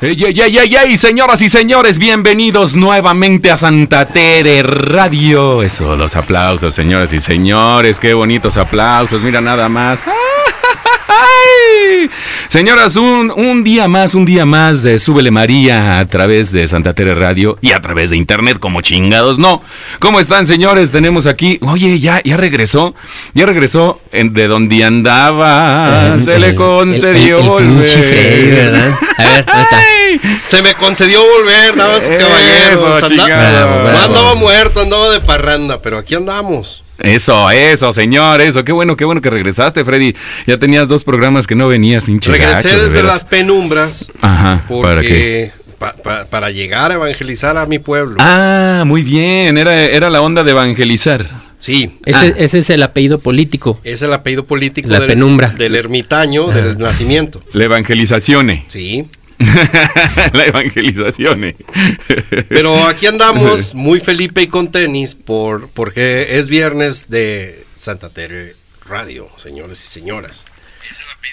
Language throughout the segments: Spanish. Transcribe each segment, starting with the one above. Ey, ey, ey, ey, ey, señoras y señores, bienvenidos nuevamente a Santa Tere Radio. Eso, los aplausos, señoras y señores, qué bonitos aplausos, mira nada más. ¡Ay! Señoras, un, un día más, un día más de Súbele María a través de Santa Tere Radio y a través de internet, como chingados, no. ¿Cómo están, señores? Tenemos aquí, oye, ya, ya regresó, ya regresó en- de donde andaba, Ah, se le el- concedió el- el pinche volver. Freddy, ¿verdad? A ver, ¿dónde está? ¡Ay! Se me concedió volver, damas y Eso, caballeros. Anda- chingado. Bravo, No bravo. andaba muerto, andaba de parranda, pero aquí andamos. Eso, eso, señor, eso. Qué bueno, qué bueno que regresaste, Freddy. Ya tenías dos programas que no venías, pinche. gacho, Regresé de desde veras. las penumbras Ajá, porque ah, ¿para qué? pa- pa- para llegar a evangelizar a mi pueblo. Ah, muy bien. Era, era la onda de evangelizar. Sí, Ah. Ese, ese es el apellido político. es el apellido político La del, penumbra. del ermitaño, del nacimiento. La evangelizacione. Sí, la evangelizacione. pero aquí andamos muy Felipe y con tenis por porque es viernes de Santa Tere Radio, señores y señoras. La- Es el apellido político.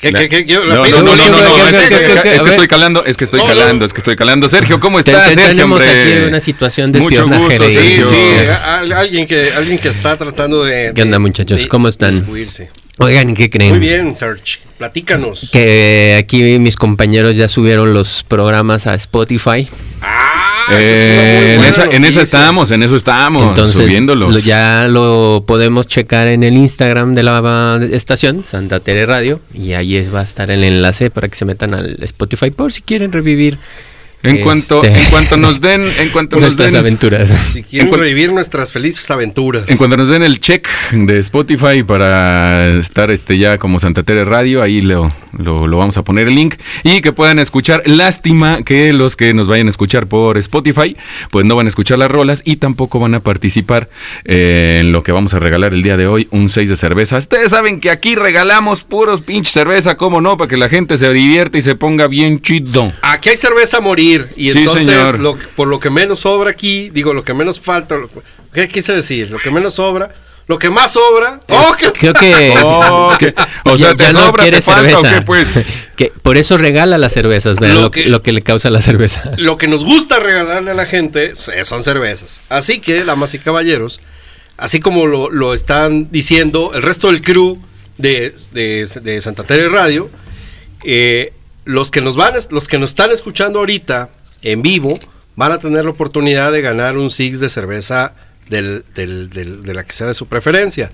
¿Qué, qué, qué? No, no, apellido no, no, político? no, no, Ok, es ok, que- ok, ok, es a que ver. estoy calando, es que estoy No, no. calando, es que estoy calando. Sergio, ¿cómo Te- estás, te- Sergio, tenemos hombre? aquí una situación de Mucho espionaje gusto, de- Sí, eh, Sergio. sí, a- a- alguien que, alguien que está tratando de... ¿Qué onda, de- muchachos? de- ¿Cómo están? de inmiscuirse. Oigan, ¿y ¿qué creen? Muy bien, Serge, platícanos. Que aquí mis compañeros ya subieron los programas a Spotify. Ah, esa es una muy Eh, en, buena esa, en esa noticia. estamos, en eso estamos, Entonces, subiéndolos. lo- ya lo podemos checar en el Instagram de la estación, Santa Tere Radio, y ahí va a estar el enlace para que se metan al Spotify por si quieren revivir En cuanto, Este- en cuanto nos den, en cuanto nos nuestras den, aventuras. Si quieren en cuan- revivir nuestras felices aventuras. en cuanto nos den el check de Spotify para estar este ya como Santa Tere Radio, ahí lo, lo, lo vamos a poner el link y que puedan escuchar. Lástima que los que nos vayan a escuchar por Spotify, pues no van a escuchar las rolas y tampoco van a participar eh, en lo que vamos a regalar el día de hoy, un 6 de cerveza. Ustedes saben que aquí regalamos puros pinches cerveza, cómo no, para que la gente se divierta y se ponga bien chido. Aquí hay cerveza a morir. Y Sí, entonces, señor. lo que- por lo que menos sobra aquí, digo, lo que menos falta, lo- ¿qué quise decir? Lo que menos sobra, lo que más sobra... ¡Oh, qué- Eh, Creo que Oh, que- o sea, te sobra, te quiere falta o qué, pues. Que por eso regala las cervezas, ¿verdad? Lo Lo, que- que, lo que le causa la cerveza. Lo que nos gusta regalarle a la gente se- son cervezas. Así que, damas y caballeros, así como lo, lo están diciendo el resto del crew de, de- de Santa Tere Radio, eh, los, que nos van, es- los que nos están escuchando ahorita en vivo van a tener la oportunidad de ganar un six de cerveza del- del- del- de la que sea de su preferencia.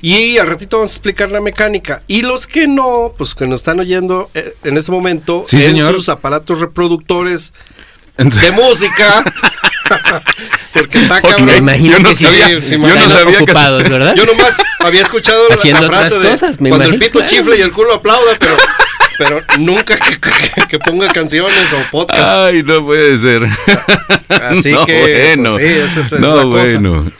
Y al ratito vamos a explicar la mecánica. Y los que no, pues que nos están oyendo eh, en ese momento Sí, en señor. sus aparatos reproductores Entonces- de música. Porque está Ok, cabrón. Me imagino yo no que sí, sabía, sí, yo sí, no están sabía que- ocupados, ¿verdad? Yo nomás había escuchado la, Haciendo la frase otras de cosas, me cuando el imagino, pito claro. chifle y el culo aplauda, pero, pero nunca que, que- que ponga canciones o podcast. Ah, Ay, no puede ser. Así No, que, pues, sí, esa es- es no, la cosa. bueno.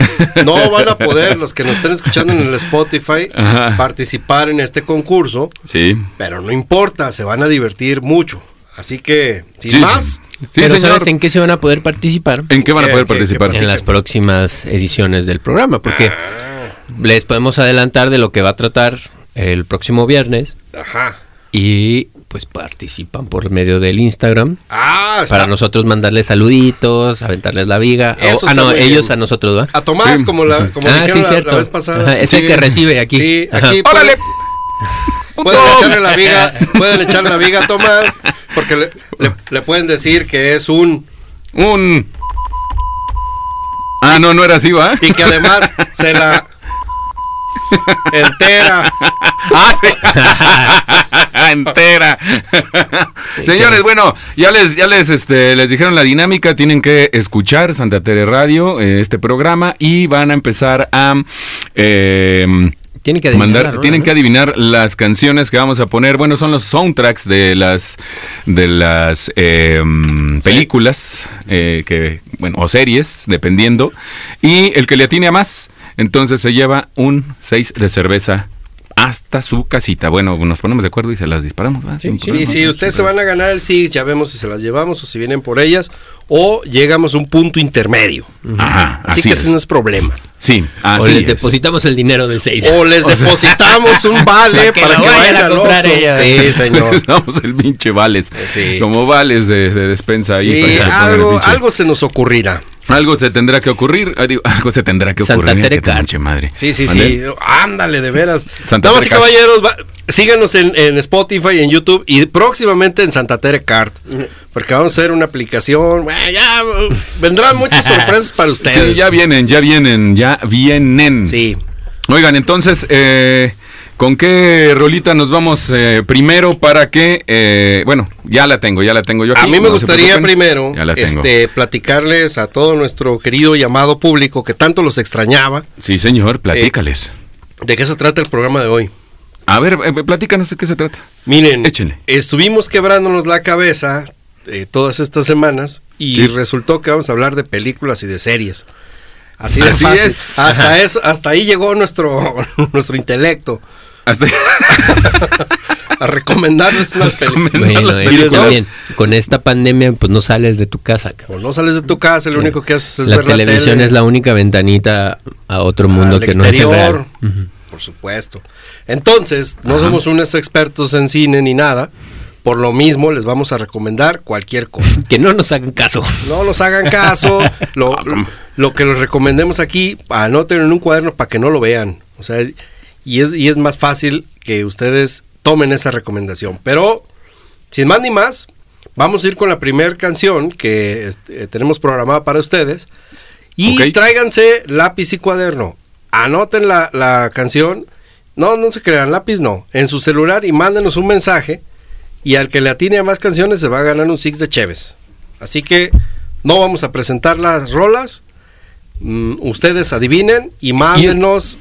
No van a poder, los que nos estén escuchando en el Spotify, Ajá. participar en este concurso. Sí. Pero no importa, se van a divertir mucho. Así que, sin Sí. más, Sí, Pero señor. ¿sabes en qué se van a poder participar? ¿En qué van a ¿Qué- poder qué- participar? qué En las próximas ediciones del programa, porque Ah. les podemos adelantar de lo que va a tratar el próximo viernes ajá. y pues participan por medio del Instagram. Ah, está- Para nosotros mandarles saluditos, aventarles la viga. Eso O- ah, está no, muy bien. ellos a nosotros, ¿va? a Tomás, Sí. como la como ah, dijeron sí, la- cierto. la, vez pasada. Ajá, es el Sí. que recibe aquí. Sí, Ajá. aquí pueden- ¡Órale! Pueden, echarle la viga, pueden echarle la viga a Tomás, porque le, le- le pueden decir que es un Un. Ah, no, no era así, ¿va? y que además se la entera. Ah, sí. Entera. Señores, bueno, ya les, ya les, este, les dijeron la dinámica. Tienen que escuchar Santa Tere Radio, eh, este programa, y van a empezar a. em, Tienen que adivinar mandar, la rola, tienen ¿no? que adivinar las canciones que vamos a poner. Bueno, son los soundtracks de las de las eh, mm, películas eh, que bueno o series, dependiendo. Y el que le atine a más, entonces se lleva un 6 de cerveza hasta su casita. Bueno, nos ponemos de acuerdo y se las disparamos. ¿va? Sin Sí, problema, si sin ustedes se problema. van a ganar el SIG, ya vemos si se las llevamos o si vienen por ellas o llegamos a un punto intermedio. Ajá, Así, así que es. ese no es problema. Sí, o así les es. depositamos el dinero del 6. O les depositamos un para vale que para lo que vayan vayan a al comprar Oxxo. ellas. Sí, señor. Les damos el pinche vales. Sí. Como vales de, de despensa ahí. para que Sí, se pongan el algo, pinche- algo se nos ocurrirá. Algo se tendrá que ocurrir. Ah, digo, algo se tendrá que Santa ocurrir. mira qué Tereca. pinche madre. Sí, sí, ¿Mande? sí. Ándale, de veras. Santa Damas y Tere Card. caballeros, va- síganos en, en Spotify, en YouTube y próximamente en Santa Tere Card. Porque vamos a hacer una aplicación. bueno, Ah, ya uh, vendrán muchas sorpresas para ustedes. Sí, ya vienen, ya vienen, ya vienen. Sí. Oigan, entonces, eh, ¿con qué rolita nos vamos eh, primero para que, eh, bueno, ya la tengo, ya la tengo yo aquí. A mí me no se gustaría preocupen. primero Ya la tengo. este, platicarles a todo nuestro querido y amado público que tanto los extrañaba Sí, eh, señor, platícales. de qué se trata el programa de hoy. A ver, eh, platícanos de qué se trata. Miren, Échenle. estuvimos quebrándonos la cabeza eh, todas estas semanas y Sí. resultó que vamos a hablar de películas y de series. Así de Así fácil. es. Hasta eso, hasta ahí llegó nuestro, nuestro intelecto Hasta a recomendarles unas películas. Bueno, las es que películas. también, con esta pandemia pues no sales de tu casa. cabrón. O no sales de tu casa, lo único que haces es la ver televisión tele. es la única ventanita a otro mundo al que no es el exterior, real. Por supuesto. Entonces, no Ajá. somos unos expertos en cine ni nada. Por lo mismo, les vamos a recomendar cualquier cosa. Que no nos hagan caso. No nos hagan caso. lo, lo que les recomendemos aquí, anoten en un cuaderno para que no lo vean. O sea, y es, y es más fácil que ustedes tomen esa recomendación. Pero, sin más ni más, vamos a ir con la primera canción que este, tenemos programada para ustedes. Y Ok. tráiganse lápiz y cuaderno. Anoten la, la canción. No, no se crean, lápiz no. En su celular y mándenos un mensaje. Y al que le atine a más canciones se va a ganar un Six de Cheves. Así que no vamos a presentar las rolas. Mm, ustedes adivinen y mándenos.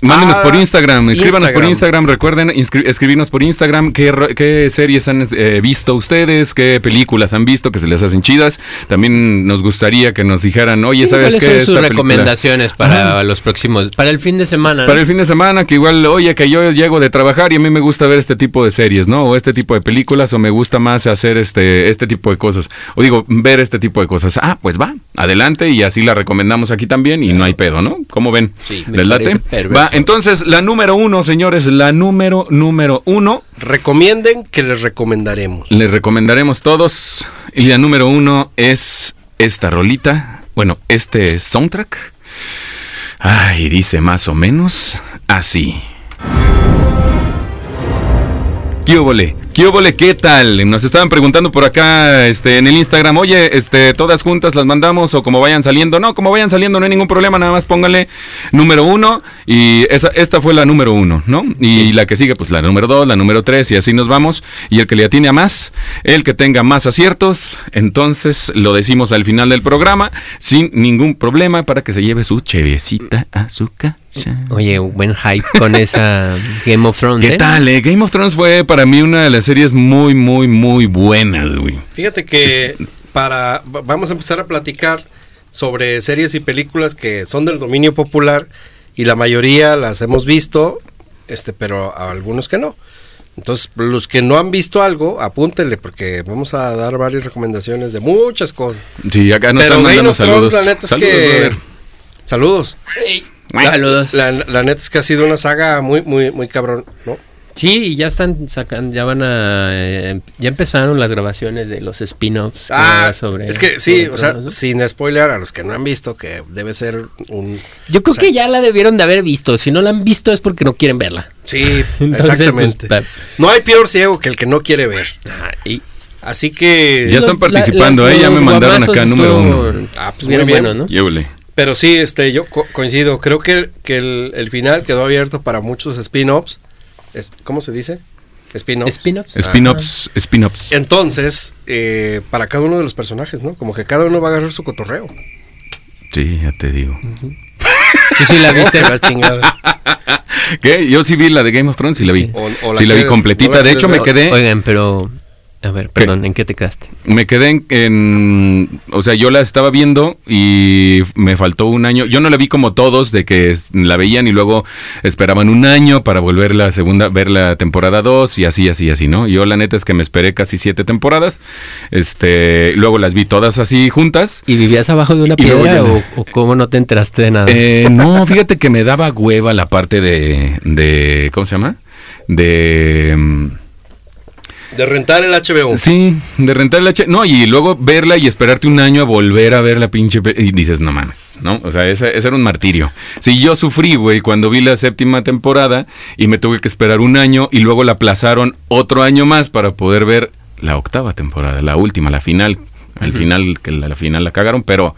Mándenos a- por Instagram, escríbanos por Ah, Instagram. Instagram, recuerden inscri- escribirnos por Instagram qué, ro- qué series han eh, visto ustedes, qué películas han visto que se les hacen chidas. También nos gustaría que nos dijeran, oye, ¿sabes ¿Cuáles qué? son Esta sus película- recomendaciones para los próximos, para el fin de semana? Para el fin de semana, que igual, oye, que yo llego de trabajar y a mí me gusta ver este tipo de series, ¿no? O este tipo de películas, o me gusta más hacer este, este tipo de cosas. O digo, ver este tipo de cosas. Ah, pues va, adelante, y así la recomendamos aquí también, y no hay pedo, ¿no? ¿Cómo ven? Sí, me ¿Les late? parece perverso. Va, entonces, la número uno, señores, la número, número uno, Recomienden que les recomendaremos. les recomendaremos todos. Y la número uno es esta rolita. Bueno, este soundtrack. Ay, dice más o menos así. ¿Qué óvole? ¿Qué óvole? ¿Qué tal? Nos estaban preguntando por acá este, en el Instagram, oye, este, todas juntas las mandamos o como vayan saliendo. No, como vayan saliendo no hay ningún problema, nada más pónganle número uno y esa, esta fue la número uno, ¿no? Y la que sigue, pues la número dos, la número tres y así nos vamos. Y el que le atine a más, el que tenga más aciertos, entonces lo decimos al final del programa sin ningún problema para que se lleve su chevecita a su casa. Oye, buen hype con esa Game of Thrones. ¿Qué ¿eh? tal? eh? Game of Thrones fue para mí una de las series muy, muy, muy buenas, güey. Fíjate que para va- vamos a empezar a platicar sobre series y películas que son del dominio popular y la mayoría las hemos visto, este, pero a algunos que no. Entonces, los que no han visto algo, apúntenle porque vamos a dar varias recomendaciones de muchas cosas. Sí, acá nos pero están Game mandando of Thrones, saludos. la neta es saludos, que brother. saludos. La- Saludos. La, la neta es que ha sido una saga muy muy muy cabrón, ¿no? Sí, y ya están sacando, ya van a, eh, ya empezaron las grabaciones de los spin-offs. que van a Ah, hablar sobre- es que sí, sobre o sea, Tronos, ¿no? sin spoiler a los que no han visto, que debe ser un... Yo creo o sea- que ya la debieron de haber visto. Si no la han visto es porque no quieren verla. Sí, Entonces, exactamente. pues, pa- no hay peor ciego que el que no quiere ver. y Así que... Ya están participando, ¿eh? Ya me mandaron acá, número uno. Ah, Ah, pues, pues bien muy bien. bueno, ¿no? Híjole. Pero sí, este, yo co- coincido. Creo que, que el, el final quedó abierto para muchos spin-offs. Es- ¿Cómo se dice? Spin-offs. Spin-offs. Spin-ups, spin-ups. Entonces, eh, para cada uno de los personajes, ¿no? Como que cada uno va a agarrar su cotorreo. Sí, ya te digo. ¿Tú sí la viste? La chingada. ¿Qué? Yo sí vi la de Game of Thrones y la vi. Sí. O- o la sí, la vi quieres- no completita. la de hecho, me quieres ver. quedé. Oigan, pero A ver, perdón, ¿en qué te quedaste? Me quedé en, en- O sea, yo la estaba viendo y me faltó un año. Yo no la vi como todos, de que es- la veían y luego esperaban un año para volver la segunda, ver la temporada 2 y así, así, así, ¿no? Yo la neta es que me esperé casi siete temporadas. Este, luego las vi todas así juntas. ¿Y vivías abajo de una Y luego piedra ya o, no. o cómo no te enteraste de nada? Eh, no, fíjate que me daba hueva la parte de. de ¿Cómo se llama? De. mm, De rentar el HBO. Sí, de rentar el H. No, y luego verla y esperarte un año a volver a ver la pinche. pe- Y dices, no mames, ¿no? O sea, ese, ese era un martirio. Sí, yo sufrí, güey, cuando vi la séptima temporada y me tuve que esperar un año y luego la aplazaron otro año más para poder ver la octava temporada, la última, la final. Al final, que la, la final la cagaron, pero.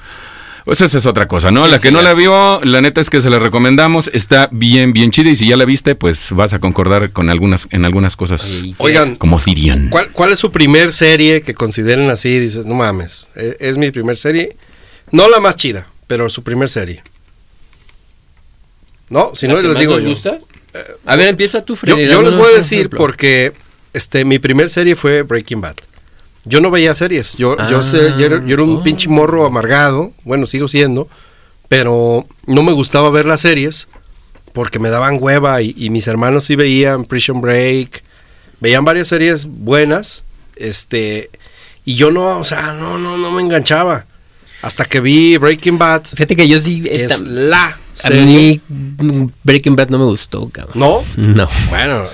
Pues esa es otra cosa, ¿no? Sí, la que sí, no ya. la vio, la neta es que se la recomendamos, está bien, bien chida y si ya la viste, pues vas a concordar con algunas, en algunas cosas. Ay, Oigan, Como Sirian. ¿cuál, cuál es su primer serie que consideren así? Dices, no mames, e- es, mi primer serie. No la más chida, pero su primer serie. No, si no ¿La que les más digo nos yo. Eh, gusta? A ver, empieza tú, Yo, Freddy. yo danos les voy a un decir ejemplo. porque este, mi primer serie fue Breaking Bad. Yo no veía series. Yo, yo, Ah, sé- yo era, yo era un oh. pinche morro amargado. Bueno, sigo siendo. Pero no me gustaba ver las series porque me daban hueva y, y mis hermanos sí veían Prison Break. Veían varias series buenas. Este, y yo no, o sea, no, no, no me enganchaba. Hasta que vi Breaking Bad, Fíjate que yo sí... que esta- es la a serie. mí mm, Breaking Bad no me gustó, cabrón. ¿No? Mm. No. Bueno,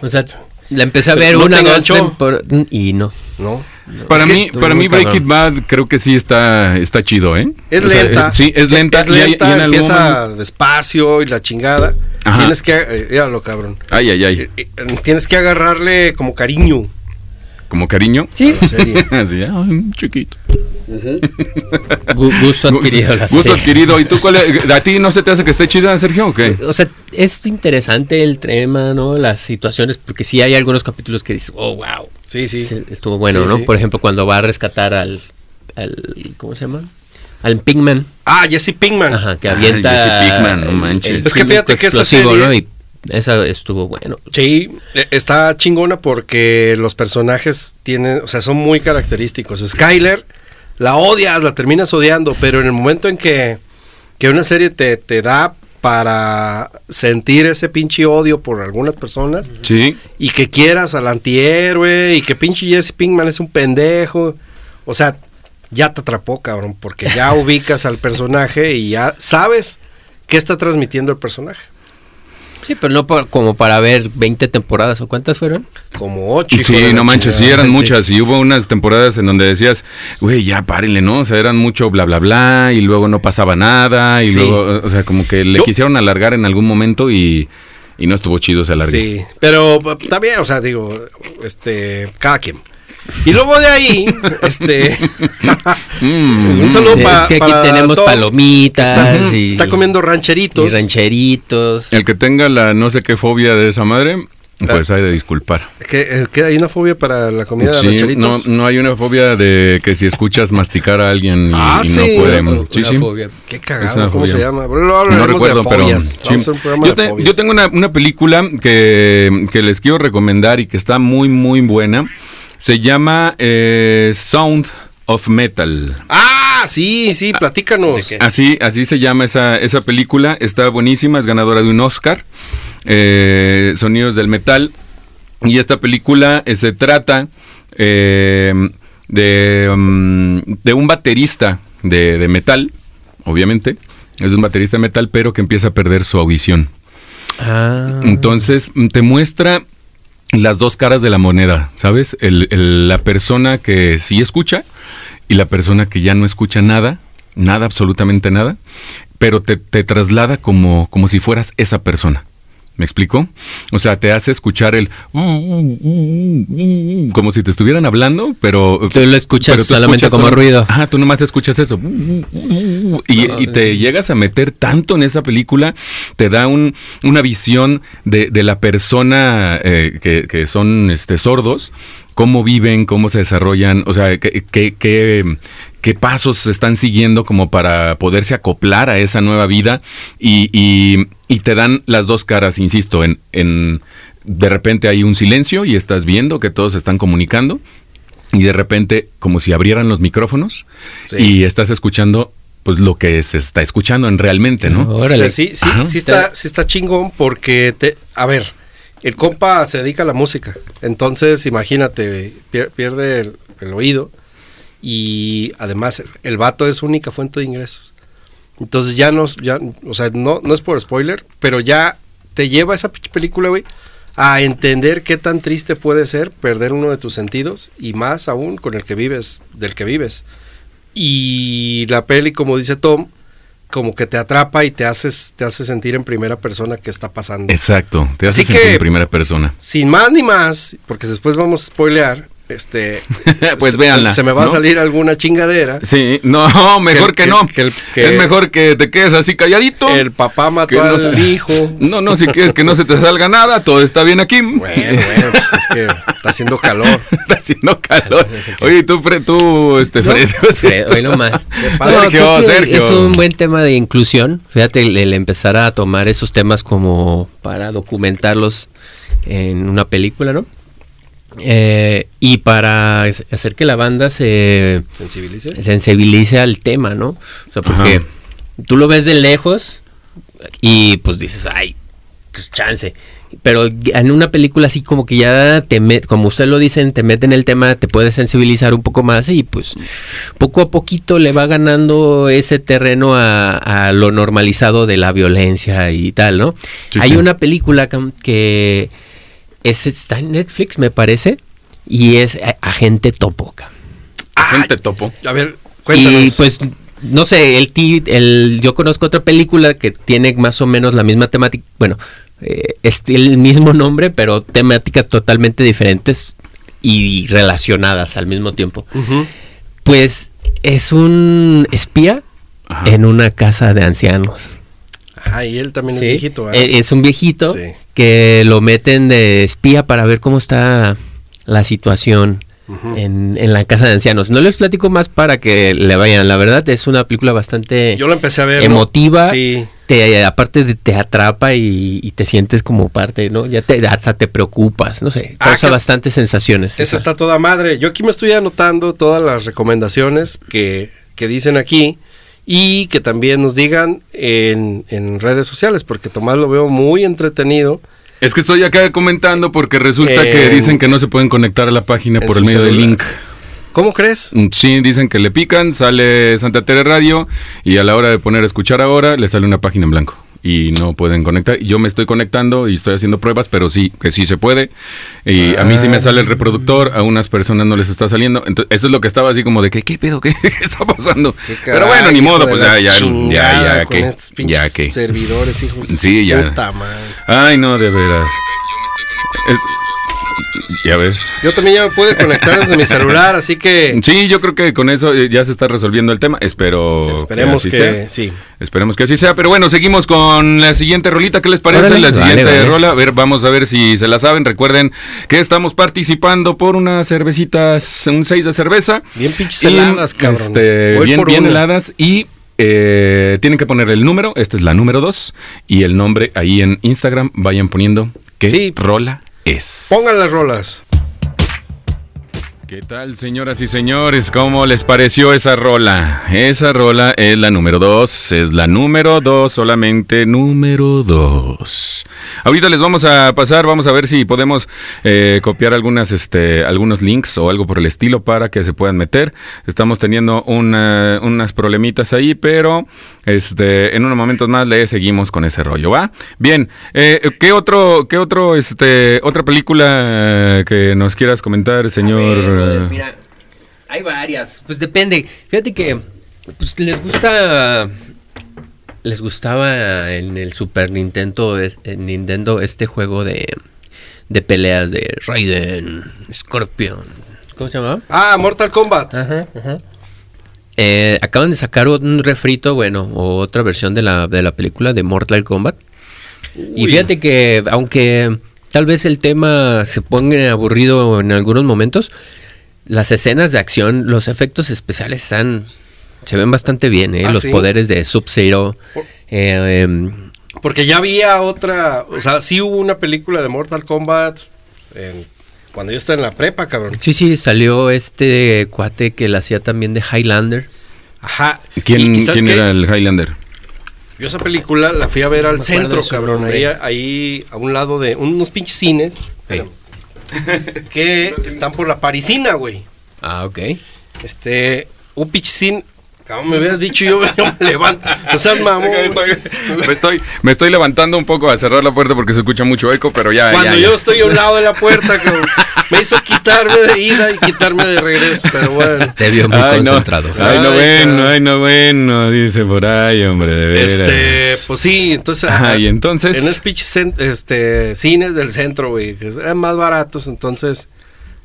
O sea, la empecé a ver Pero no te una, dos, enganchó. tempor- y no. no. Para Es que mí, estuvo para muy mí Breaking cabrón. Bad creo que sí está, está chido, ¿eh? Es O sea, lenta. E-, eh, sí, es lenta. Es y hay- lenta, y en algún empieza momento- despacio y la chingada. Ajá. Tienes que. eh, míralo, cabrón. Ay, ay, ay. Eh, eh, Tienes que agarrarle como cariño. Como cariño. Sí. a la serie. Así, ay, chiquito. Gu- gusto adquirido. la Gusto serie. adquirido. ¿Y tú cuál es? ¿A ti no se te hace que esté chida, Sergio, o qué? O sea, es interesante el tema, ¿no? Las situaciones, porque sí hay algunos capítulos que dices, oh, wow. Sí, sí. Sí, estuvo bueno, Sí, ¿no? sí. Por ejemplo, cuando va a rescatar al, al- ¿cómo se llama? Al Pigman, Ah, Jesse Pinkman. ajá, que Ay, avienta Jesse Pinkman, no el- manches. el Es que químico fíjate que esa explosivo, serie- ¿no? Y esa estuvo bueno. Sí, eh, está chingona porque los personajes tienen, o sea, son muy característicos. Skyler, la odias, la terminas odiando, pero en el momento en que, que una serie te, te da para sentir ese pinche odio por algunas personas, Sí. y que quieras al antihéroe y que pinche Jesse Pinkman es un pendejo. O sea, ya te atrapó, cabrón, porque ya ubicas al personaje y ya sabes qué está transmitiendo el personaje. Sí, pero no por- como para ver 20 temporadas o cuántas fueron. Como ocho. hijo de sí, la no manches, sí, chingada. eran Sí. muchas. Y hubo unas temporadas en donde decías, güey, ya párenle, ¿no? O sea, eran mucho bla, bla, bla. Y luego no pasaba nada. Y Sí. luego, o sea, como que le Yo- quisieron alargar en algún momento y, y no estuvo chido ese alargue. Sí, pero p- también, o sea, digo, este, cada quien. Y luego de ahí, este, Mm, un saludo Sí, pa- es que aquí para tenemos Tom, palomitas que está- y, Está comiendo y rancheritos. rancheritos. El que tenga la no sé qué fobia de esa madre, pues hay de disculpar. que, eh, que hay una fobia para la comida de Sí, no, rancheritos. no hay una fobia de que si escuchas masticar a alguien y, Ah, y sí, no puede. una- Sí, sí. Qué Es una cagado, ¿cómo fobia. se llama? Pero luego No hablaremos de recuerdo, pero fobias. sí. Vamos a hacer un programa yo, de te- fobias. yo tengo una, una película que, que les quiero recomendar y que está muy, muy buena. Se llama eh, Sound of Metal. Ah, sí, sí, platícanos. ¿De qué? Así, así se llama esa, esa película. Está buenísima, es ganadora de un Oscar. Eh, Sonidos del Metal. Y esta película eh, se trata eh, de, mm, de un baterista de, de metal, obviamente. Es un baterista de metal, pero que empieza a perder su audición. Ah, Entonces mm, te muestra las dos caras de la moneda, ¿sabes? El- el- la persona que sí escucha y la persona que ya no escucha nada, nada, absolutamente nada, pero te, te traslada como, como si fueras esa persona. ¿Me explico? O sea, te hace escuchar el... "Uh, Como si te estuvieran hablando, pero... Tú lo escuchas pero solamente como solo- ruido. Ajá, tú nomás escuchas eso. Y, y te llegas a meter tanto en esa película, te da un- una visión de, de la persona eh, que, que son este, sordos, cómo viven, cómo se desarrollan, o sea, qué, qué- qué- qué pasos se están siguiendo como para poderse acoplar a esa nueva vida y, y- y te dan las dos caras, insisto, en... en de repente hay un silencio y estás viendo que todos están comunicando y de repente como si abrieran los micrófonos Sí. y estás escuchando pues lo que se está escuchando en realmente, Este, ¿no? O sea, Órale. sí, sí, Ajá. sí está, sí está chingón porque te, a ver, el compa se dedica a la música, entonces imagínate, pier- pierde el, el oído y además el, el vato es su única fuente de ingresos. Entonces ya nos, ya, o sea, no, no es por spoiler, pero ya te lleva esa pinche película, güey, a entender qué tan triste puede ser perder uno de tus sentidos y más aún con el que vives, del que vives. Y la peli, como dice Tom, como que te atrapa y te haces, te hace sentir en primera persona qué está pasando. Exacto, te hace Así sentir que- en primera persona. Sin más ni más, porque después vamos a spoilear, este Pues se- véanla, Se, me va ¿no? a salir alguna chingadera. Sí, no, mejor que, que- no. que el- que- es mejor que te quedes así calladito. El papá mató que no al se- hijo. No, no, si quieres que no se te salga nada, todo está bien aquí. Bueno, bueno, pues es que está haciendo calor. Está haciendo calor. Oye, tú, Fre- tú, este, ¿No? Fred. Fre- hoy nomás. padre. No, Sergio, creo que Sergio. Es un buen tema de inclusión. Fíjate, el, el empezar a tomar esos temas como para documentarlos en una película, ¿no? Eh, y para es- hacer que la banda se ¿Sensibilice? sensibilice al tema, ¿no? O sea, porque Ajá. tú lo ves de lejos y pues dices, ay, pues chance. Pero en una película así como que ya te met- como usted lo dicen, te meten el tema, te puedes sensibilizar un poco más y pues poco a poquito le va ganando ese terreno a, a lo normalizado de la violencia y tal, ¿no? Sí, Hay sí. una película cam- que es, está en Netflix, me parece, y es eh, Agente Topo. cam. ah, Gente topo. A ver, cuéntanos. Y pues, no sé, el, ti- el yo conozco otra película que tiene más o menos la misma temática, bueno, eh, es el mismo nombre, pero temáticas totalmente diferentes y relacionadas al mismo tiempo. Ujú. Pues es un espía Ajá. en una casa de ancianos. Ah, y él también Sí, es viejito, ¿verdad? e- Es un viejito Sí. que lo meten de espía para ver cómo está la situación Ujú. en, en la casa de ancianos. No les platico más para que le vayan. La verdad es una película bastante Yo lo empecé a ver. ¿no? emotiva. Sí. Te, aparte de- te atrapa y, y te sientes como parte, ¿no? Ya te, hasta te preocupas, no sé. Ah, Causa que- bastantes sensaciones. Esa está toda madre. Yo aquí me estoy anotando todas las recomendaciones que, que dicen aquí y que también nos digan en, en redes sociales, porque Tomás lo veo muy entretenido. Es que estoy acá comentando porque resulta Eh, que dicen que no se pueden conectar a la página en por su el medio del celular. link. ¿Cómo crees? Mm, Sí, dicen que le pican, sale Santa Tere Radio y a la hora de poner a escuchar ahora le sale una página en blanco y no pueden conectar. Yo me estoy conectando y estoy haciendo pruebas, pero sí, que sí se puede. Y a mí sí Ah. me sale el reproductor, a unas personas no les está saliendo. Entonces, eso es lo que estaba así como de que, ¿qué pedo? ¿Qué, qué está pasando? Qué pero caray, bueno, ni hijo modo, de pues ya, la ya, chingada ya, ya, con que, estos pinches ya, que. servidores, hijos. de Sí, su ya. puta madre. Ay, no, de veras. Eh, Ya ves. Yo también ya me pude conectar desde mi celular, así que Sí, yo creo que con eso eh, ya se está resolviendo el tema. Espero. esperemos así que, sea. sí. Esperemos que así sea. Pero bueno, seguimos con la siguiente rolita. ¿Qué les parece? Órale. la Vale, siguiente vale. rola. A ver, vamos a ver si se la saben. Recuerden que estamos participando por unas cervecitas, un 6 de cerveza. Bien pinches Y, heladas, cabrón. este, Voy bien, por bien una. heladas y eh, tienen que poner el número, esta es la número 2, y el nombre ahí en Instagram, vayan poniendo qué Sí. rola es. Pongan las rolas. ¿Qué tal, señoras y señores? ¿Cómo les pareció esa rola? Esa rola es la número 2, es la número 2, solamente número 2. Ahorita les vamos a pasar, vamos a ver si podemos eh, copiar algunas, este, algunos links o algo por el estilo para que se puedan meter. Estamos teniendo una- unas problemitas ahí, pero este, en unos momentos más le seguimos con ese rollo, ¿va? Bien, eh, ¿qué otro, qué otro, este, otra película eh, que nos quieras comentar, señor? A ver, brother, eh? mira, hay varias. Pues depende. Fíjate que pues, les gusta. Les gustaba en el Super Nintendo, es- en Nintendo este juego de, de peleas de Raiden, Scorpion. ¿Cómo se llamaba? Ah, Mortal Kombat. Eh, acaban de sacar un refrito, bueno, o otra versión de la, de la película de Mortal Kombat. Y fíjate que, aunque tal vez el tema se ponga aburrido en algunos momentos, las escenas de acción, los efectos especiales están. Se ven bastante bien, ¿eh? ¿Ah, los sí? poderes de Sub-Zero. eh, em, Porque ya había otra, o sea, sí hubo una película de Mortal Kombat en- cuando yo estaba en la prepa, cabrón. Sí, sí, salió este cuate que la hacía también de Highlander. Ajá. ¿Quién, Y- y ¿sabes quién qué? era el Highlander? Yo esa película la fui a ver al me acuerdo centro, de su cabrón. Ahí, nombre. ahí a un lado de unos pinches cines Ey. espérame, que están por la parisina, güey. Ah, ok. Este, un pinche cine. Cabrón, me hubieras dicho yo, yo me levanto. O sea, mamón. Estoy- me, estoy, me estoy levantando un poco a cerrar la puerta porque se escucha mucho eco, pero ya. Cuando ya, ya. yo estoy a un lado de la puerta, cabrón. Me hizo quitarme de ida y quitarme de regreso, pero bueno. Te vio muy Ay, no. concentrado. Ay, no Ay, bueno, cabrón. ay, no bueno, dice por ahí, hombre, de veras. Este, pues sí, entonces. Ajá, ajá, y entonces. En los pinches cen- este, cines del centro, güey, que eran más baratos, entonces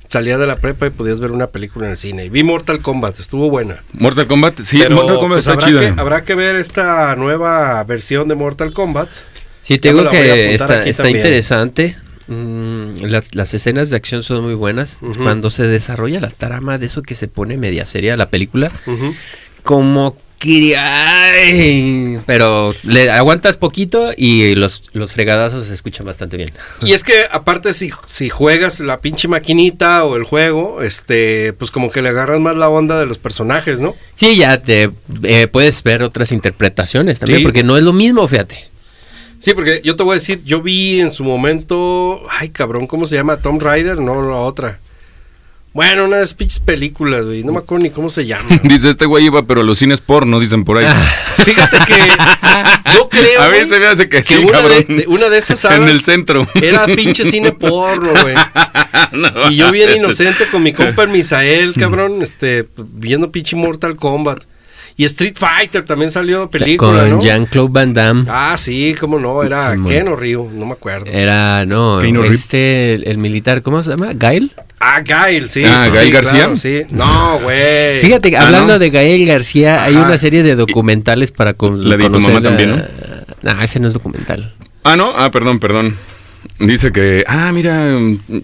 salías de la prepa y podías ver una película en el cine. Y vi Mortal Kombat, estuvo buena. Mortal Kombat, sí, Pero, Mortal Kombat pues, está habrá chido. Que, habrá que ver esta nueva versión de Mortal Kombat. Sí, Ya te me digo la voy a apuntar que está, aquí está también. interesante. Mm, las, las escenas de acción son muy buenas. Ujú. Cuando se desarrolla la trama de eso que se pone media seria la película, como que... ay, pero le aguantas poquito y los, los fregadazos se escuchan bastante bien. Y es que aparte si, si juegas la pinche maquinita o el juego, este, pues como que le agarras más la onda de los personajes, ¿no? Sí, ya te eh, puedes ver otras interpretaciones también, Sí. porque no es lo mismo, fíjate. Sí, porque yo te voy a decir, yo vi en su momento, ay cabrón, ¿cómo se llama? Tom Rider, no la otra. Bueno, una de esas pinches películas, güey, no me acuerdo ni cómo se llama. Dice este güey iba, pero los cines porno, dicen por ahí. Ah. Ah. Fíjate que yo creo A mí güey, se me hace que sí, una, de, cabrón. de- una de esas salas En el centro. era pinche cine porno, güey. No, Y yo bien mames. inocente con mi compa el Misael, cabrón, este, viendo pinche Mortal Kombat. Y Street Fighter también salió película, con ¿no? Jean-Claude Van Damme. Ah, sí, cómo no, era Muy- Ken o Ryu, no me acuerdo. Era, no, Keanu Reeves. este, el, el militar, ¿cómo se llama? ¿Gael? Ah, Gail, sí. Ah, sí, Gael sí, García. claro, sí. No, güey. Fíjate, que Ah, hablando ¿no? de Gael García, hay Ajá. una serie de documentales para con, La de tu conocer mamá la- también, ¿no? Nah, ese no es documental. Ah, no, ah, perdón, perdón. Dice que, ah, mira,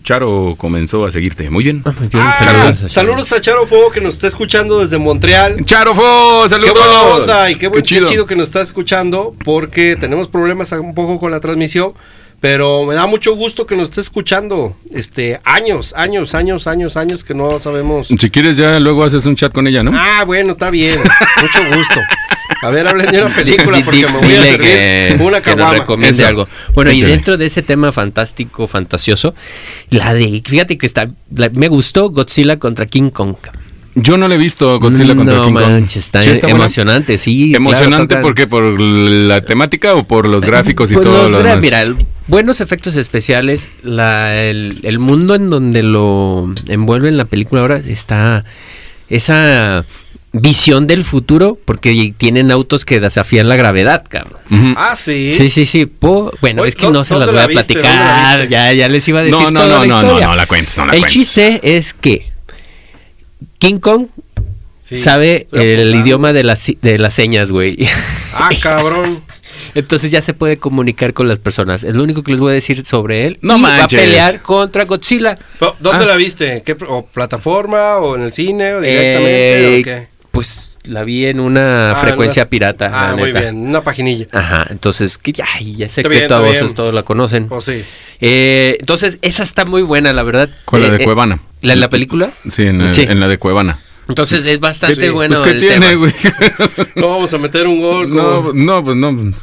Charo comenzó a seguirte. Muy bien. Ah, muy bien, Ah, saludos. a Sharon. saludos a Charo Fuego que nos está escuchando desde Montreal. Charo Fo, saludos. Qué buena onda y qué, buen- qué chido. que nos está escuchando porque tenemos problemas un poco con la transmisión, pero me da mucho gusto que nos esté escuchando. Este, años, años, años, años, años que no sabemos. Si quieres ya luego haces un chat con ella, ¿no? Ah, bueno, está bien. mucho gusto. A ver, hablen de una película Di- porque me voy a dile servir que- una que nos caguama. recomiende Eso. algo. Bueno, y Échale. dentro de ese tema fantástico, fantasioso, la de, fíjate que está, la- me gustó Godzilla contra King Kong. Yo no le he visto Godzilla contra Mm, no King Kong. manches, está ¿Sí buena? emocionante, sí. claro, Emocionante toca- porque por la temática o por los gráficos y Pues todo los lo gra- demás. Mira, el- buenos efectos especiales. la- el, el mundo en donde lo envuelve en la película ahora está esa visión del futuro porque tienen autos que desafían la gravedad, cabrón. Ujú. Ah, sí. Sí, sí, sí. po- bueno, Oye, es que ¿dó- no se dónde las voy la a viste? ¿Dónde la platicar. viste? Ya, ya les iba a decir No, no, toda no, la no, historia. no, no la cuentes, no la el cuentes. chiste es que King Kong Sí. sabe Estoy el apuntando. idioma de las, de las señas, güey. Ah, cabrón. Entonces ya se puede comunicar con las personas. Es lo único que les voy a decir sobre él. No Y va a manches. pelear contra Godzilla. Pero, ¿Dónde Ah. la viste? ¿Qué, pr- ¿O plataforma? ¿O en el cine? ¿O directamente? Eh, ¿o qué? Pues la vi en una Ah, frecuencia no- pirata. Ah, la muy neta. bien. Una paginilla. Ajá, entonces que ya, ay, ya sé Está que bien, todos, está bien. esos todos la conocen. Pues sí. Eh, entonces esa está muy buena, la verdad. ¿Cuál, la Eh, de eh, Cuevana? ¿La, la película? Sí, en, el- Sí. en la de Cuevana. Entonces es bastante Sí, bueno pues, ¿qué el tiene, tema. güey? No vamos a meter un gol. no, como- no, pues no.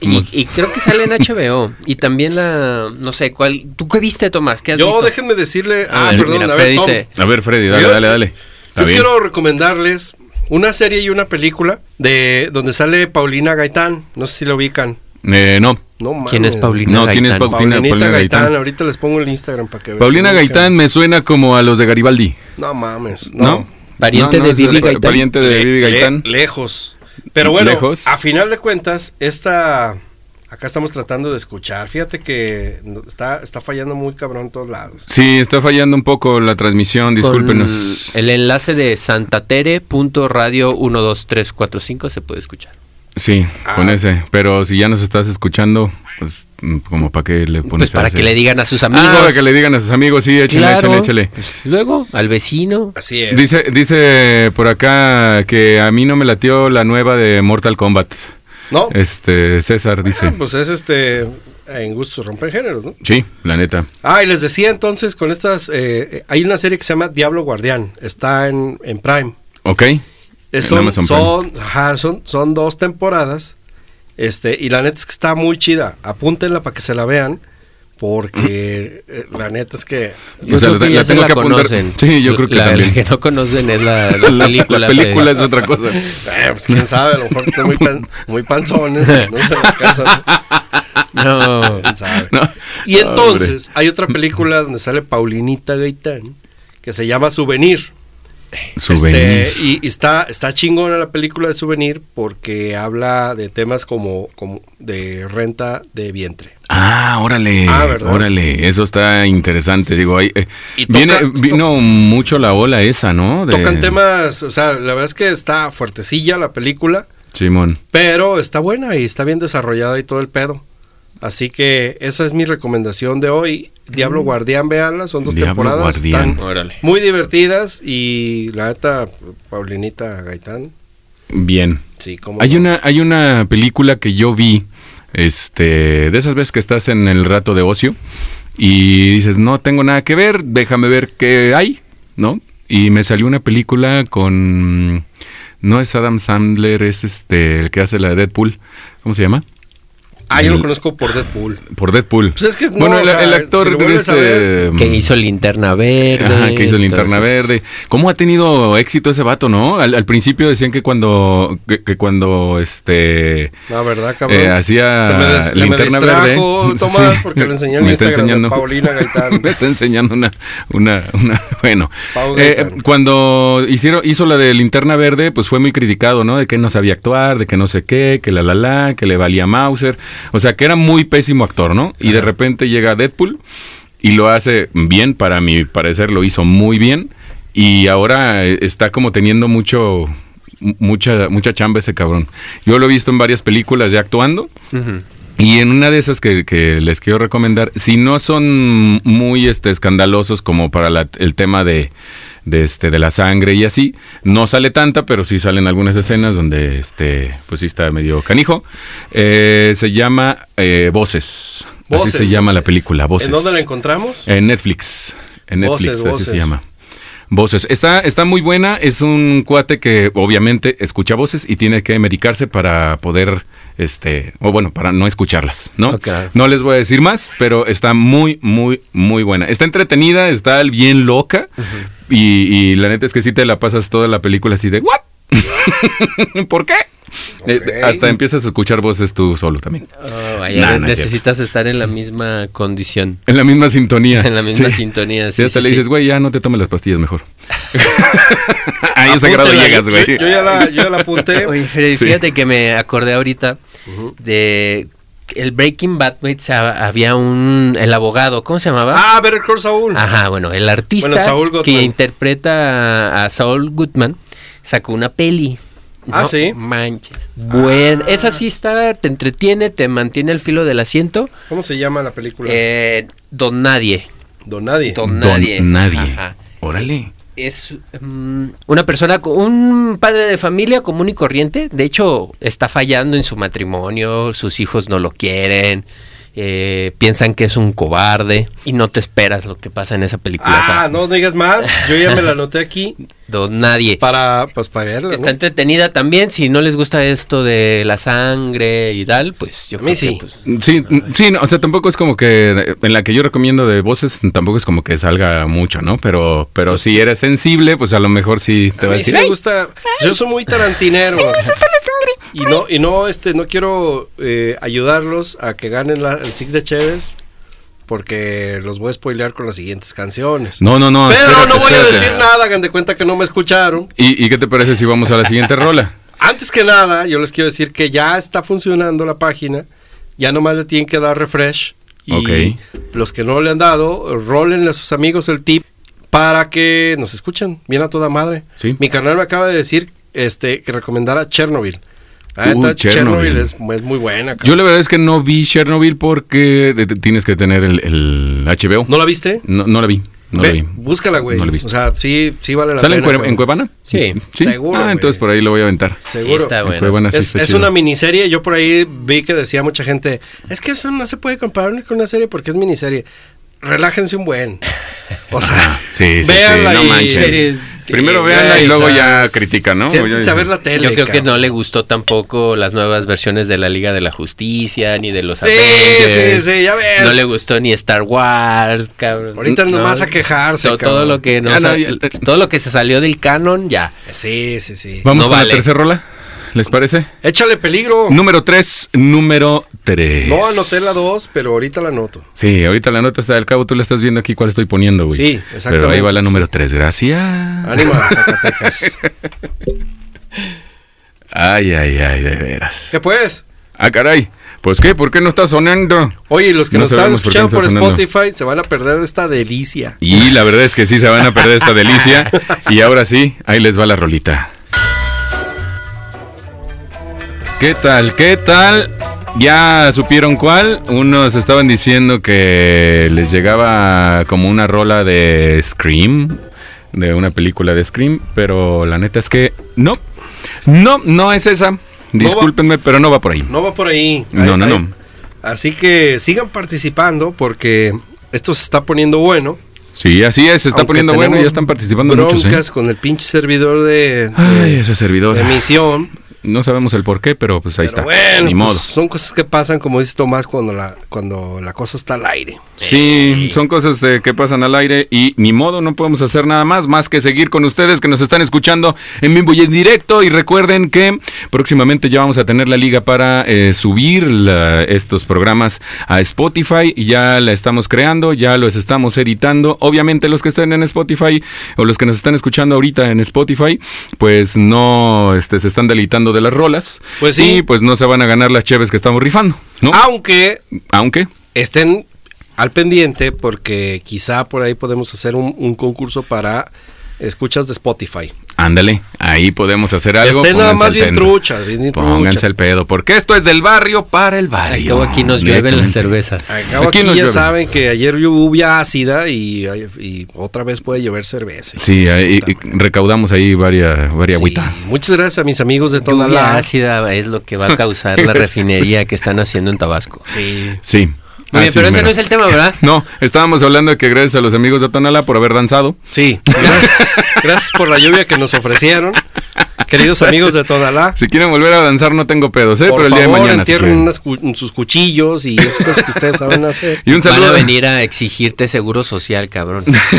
Y, y creo que sale en HBO. Y también la, no sé, ¿cuál? ¿Tú qué viste, Tomás? ¿Qué has Yo visto? déjenme decirle. A Ah, ver, perdón. mira, a ver, Fred Tom, dice- A ver, Freddy, dale, Yo- dale, dale. Está yo bien. quiero recomendarles una serie y una película de donde sale Paulina Gaitán. No sé si la ubican. Eh, no. No mames. ¿Quién es Paulina No, ¿quién es Gaitán? Paulina? Paulinita Paulina Gaitán. Gaitán. Ahorita les pongo el Instagram para que vean. Paulina Sí, Gaitán me suena como a los de Garibaldi, No mames. No. ¿no? Pariente de es Bibi el- Gaitán. Pariente de Le- Bibi le- Gaitán. Mm, lejos. Pero bueno, Lejos. a final de cuentas, esta. Acá estamos tratando de escuchar. Fíjate que no- está, está fallando muy cabrón en todos lados. Sí, está fallando un poco la transmisión, discúlpenos. Con el enlace de santatere.radio 12345 se puede escuchar. Sí, Ah. con ese. Pero si ya nos estás escuchando, pues mm, como para que le pones Pues para ese- que le digan a sus amigos. Ah, para que le digan a sus amigos, sí, échale, Claro. échale, échale. Pues luego, al vecino. Así es. Dice, dice por acá que a mí no me latió la nueva de Mortal Kombat. No. Este, César dice. Ah, pues es este. En gusto rompen géneros, ¿no? Sí, la neta. Ah, y les decía entonces con estas. eh, eh, hay una serie que se llama Diablo Guardián. Está en, en Prime. Ok. Eh, En Son, Amazon son, ajá, son, son dos temporadas. Este, y la neta es que está muy chida. Apúntenla para que se la vean. Porque eh, la neta es que. Yo O sea, creo la- que ya la se tengo la que apuntar. conocen. Sí, yo creo que la, también. La que no conocen es la, la La- película. la película es Freddy. otra cosa. eh, pues quién sabe, a lo mejor están muy, pan- muy panzones. No se la alcanzan. No. quién sabe. No. Y entonces hay otra película donde sale Paulinita Gaitán que se llama Souvenir. Souvenir. Este, y y está, está chingona la película de Souvenir porque habla de temas como, como de renta de vientre. Ah, órale, Ah, ¿verdad? órale, eso está interesante. Digo, ahí, eh, Y toca- viene, to- vino mucho la ola esa, ¿no? De- Tocan temas, o sea, la verdad es que está fuertecilla la película, Simón. pero está buena y está bien desarrollada y todo el pedo. Así que esa es mi recomendación de hoy. Diablo Guardián, véanla, son dos Mm. Diablo temporadas. Guardián. están muy divertidas y la neta, Paulinita Gaitán, Bien. sí, como... Hay no. una, hay una película que yo vi, este, de esas veces que estás en el rato de ocio y dices, no tengo nada que ver, déjame ver qué hay, ¿no? Y me salió una película con, no es Adam Sandler, es este, el que hace la de Deadpool, ¿cómo se llama? Ah, yo lo conozco por Deadpool. Por Deadpool. Pues es que no, bueno, el, o sea, el si actor lo de vuelves a este... Que hizo linterna verde. Ajá, que hizo Linterna entonces- Verde. ¿Cómo ha tenido éxito ese vato, no? Al, al principio decían que cuando, que, que cuando, este, La verdad, cabrón. Eh, hacía Se me, des- se me linterna verde. distrajo, Tomás, Sí. porque le enseñé el Me está Instagram enseñando- de Paulina Gaitán. me está enseñando una, una, una bueno. Pau Eh, Gaitán. cuando hicieron, hizo la de linterna verde, pues fue muy criticado, ¿no? De que no sabía actuar, de que no sé qué, que la la la, que le valía Mauser. O sea, que era muy pésimo actor, ¿no? Y de repente llega Deadpool y lo hace bien, para mi parecer lo hizo muy bien. Y ahora eh, está como teniendo mucho, mu- mucha, mucha chamba ese cabrón. Yo lo he visto en varias películas ya actuando. Ujú. Y en una de esas que, que les quiero recomendar, si no son muy este, escandalosos como para la- el tema de, de, este, de la sangre y así, no sale tanta, pero sí salen algunas escenas donde este, pues sí está medio canijo. Eh, se llama eh, Voces. Voces. Así se llama la película, Voces. ¿En dónde la encontramos? En Netflix. En Netflix, Voces, así voces. se llama. Voces. Está, está muy buena. Es un cuate que obviamente escucha voces y tiene que medicarse para poder, este, o bueno, para no escucharlas, ¿no? Ok. No les voy a decir más, pero está muy, muy, muy buena. Está entretenida, está bien loca. y, y la neta es que sí te la pasas toda la película así de, ¿what? ¿Por qué? Eh, Ok. hasta empiezas a escuchar voces tú solo también. Oh, vaya, Nah, no es necesitas estar en la misma condición. En la misma sintonía. En la misma Sí. sintonía. Sí, Sí, hasta sí, le sí. dices, güey, ya no te tomes las pastillas mejor. Ahí ese grado Apúntela, llegas, yo- güey. Yo, yo ya la, yo ya la apunté. Oye, Freddy, Sí. fíjate que me acordé ahorita de el Breaking Bad, güey, o sea, había un el abogado, ¿cómo se llamaba? ah, Better Call Saul. Ajá, bueno, el artista Bueno, Saul Goodman. que interpreta a- a Saul Goodman sacó una peli. Ah, sí. Ah. Manches. Bueno, esa sí está, te entretiene, te mantiene al filo del asiento. ¿Cómo se llama la película? Eh, don Nadie. Don Nadie. Don, Don Nadie. nadie. Ajá. Órale. Es mm, una persona, co- un padre de familia común y corriente. De hecho, está fallando en su matrimonio, sus hijos no lo quieren, eh, piensan que es un cobarde y no te esperas lo que pasa en esa película. o ah, sea, no digas más. Yo ya me la anoté aquí Don Nadie. para, pues, para verla. ¿no? Está entretenida también. Si no les gusta esto de la sangre y tal, pues yo A mí creo sí. que, pues, Sí, sí, no, o sea, tampoco es como que en la que yo recomiendo de voces, tampoco es como que salga mucho, ¿no? Pero, pero si eres sensible, pues a lo mejor sí te A va a mí sí decir. me "Ay, gusta. Yo soy muy tarantinero. Y no, y no, este, no quiero eh, ayudarlos a que ganen la- el Six de Chévez porque los voy a spoilear con las siguientes canciones. "Eh". No, no, no. Pero espérate, no voy a espérate". decir nada, hagan de cuenta que no me escucharon. ¿Y, ¿Y qué te parece si vamos a la siguiente rola? Antes que nada, yo les quiero decir que ya está funcionando la página. Ya nomás le tienen que dar refresh. Y Ok. los que no le han dado, rolenle a sus amigos el tip para que nos escuchen bien a toda madre. Sí. Mi carnal me acaba de decir este, que recomendara Chernobyl. Ah, Uy, está- Chernobyl, Chernobyl. es, es muy buena. cabrón. Yo la verdad es que no eh, vi Chernobyl porque de- de- tienes que tener el, el HBO. ¿No la viste? No, no la vi. No Ve, lo vi. Búscala, güey. No lo he visto. o sea, sí, sí vale la ¿Sale en, pena. Cuer- cabrón. en Cuevana? Sí. Seguro, Ah, güey. entonces por ahí lo voy a aventar. Seguro. Sí, está En bueno. Cuevana sí Es, está es chido. una miniserie. Yo por ahí vi que decía mucha gente: Es que eso no se puede comparar con una serie porque es miniserie. Relájense un buen. O sea, Ah, Sí, sí, sí, véanla no y- eh, manchen. series- Primero Sí, véanla güey, y o luego sea, ya critican, ¿no? siéntense Ya- a ver la tele. Yo creo que cabrón. no le gustó tampoco las nuevas versiones de la Liga de la Justicia, ni de los Sí, sí, Avengers. sí, ya ves. No le gustó ni Star Wars, cabrón. Ahorita nomás a quejarse, Todo, todo cabrón. lo que no Ya no, sa- ya- todo lo que se salió del canon, ya. Sí, sí, sí. Vamos No con vale. la tercera rola. ¿Les parece? Échale peligro. No, Número 3, número 3. Oh. anoté la 2, pero ahorita la anoto. Sí, ahorita la nota está del cabo, tú la estás viendo aquí cuál estoy poniendo, güey. Sí, exactamente. Pero ahí va la número 3, gracias. Ánima, Zacatecas. Ay, ay, ay, de veras. ¿Qué pues? Ah, caray. Pues qué, ¿por qué no está sonando? Oye, los que No nos están sabemos por qué escuchando por, está sonando. Spotify se van a perder esta delicia. Y la verdad es que sí se van a perder esta delicia. Y ahora sí, ahí les va la rolita. ¿Qué tal? ¿Qué tal? ¿Ya supieron cuál? Unos estaban diciendo que les llegaba como una rola de Scream, de una película de Scream, pero la neta es que no, no, no es esa. Discúlpenme, pero no va por ahí. No va por ahí. No, Ahí- no, ahí. no. Así que sigan participando porque esto se está poniendo bueno. Sí, así es, se está Aunque poniendo bueno y tenemos ya están participando broncas muchos. ¿eh? con el pinche servidor de, de, Ay, ese servidor. de emisión. No sabemos el por qué, pero pues ahí está. Pero bueno, Ni pues, modo. son cosas que pasan, como dice Tomás, cuando la, cuando la cosa está al aire. Sí, son cosas eh, que pasan al aire y ni modo, no podemos hacer nada más más que seguir con ustedes que nos están escuchando en vivo y en directo y recuerden que próximamente ya vamos a tener la liga para eh, subir la- estos programas a Spotify, ya la estamos creando, ya los estamos editando, obviamente los que estén en Spotify o los que nos están escuchando ahorita en Spotify, pues no este, se están delitando de las rolas Pues sí. Ah. y pues no se van a ganar las cheves que estamos rifando, ¿no? Aunque Aunque... estén al pendiente porque quizá por ahí podemos hacer un, un concurso para escuchas de Spotify. Ándale, ahí podemos hacer algo. Estén nada pónganse más al bien tender. truchas, bien Pónganse truchas. el pedo, porque esto es del barrio para el Ay, barrio. como aquí nos llueven las Directamente. cervezezas. Al cabo Aquí aquí nos ya llueve. saben que ayer lluvia ácida y, y otra vez puede llover cerveza. Sí, ahí, Puta y- madre. y recaudamos ahí varias varias Sí. agüita. Muchas gracias a mis amigos de toda Lluvia la... ácida es lo que va a causar la refinería que están haciendo en Tabasco. Sí. Sí. Muy bien, así pero ese mero. no es el tema, ¿verdad? No, estábamos hablando de que gracias a los amigos de Tonala por haber danzado. Sí, gracias, gracias por la lluvia que nos ofrecieron, queridos amigos de toda la... Si quieren volver a danzar no tengo pedos, ¿eh? Por pero el favor, día de mañana. si entierren quieren. unas cu- sus cuchillos y esas cosas que ustedes saben hacer. Y un Van saludo a venir a exigirte seguro social, cabrón.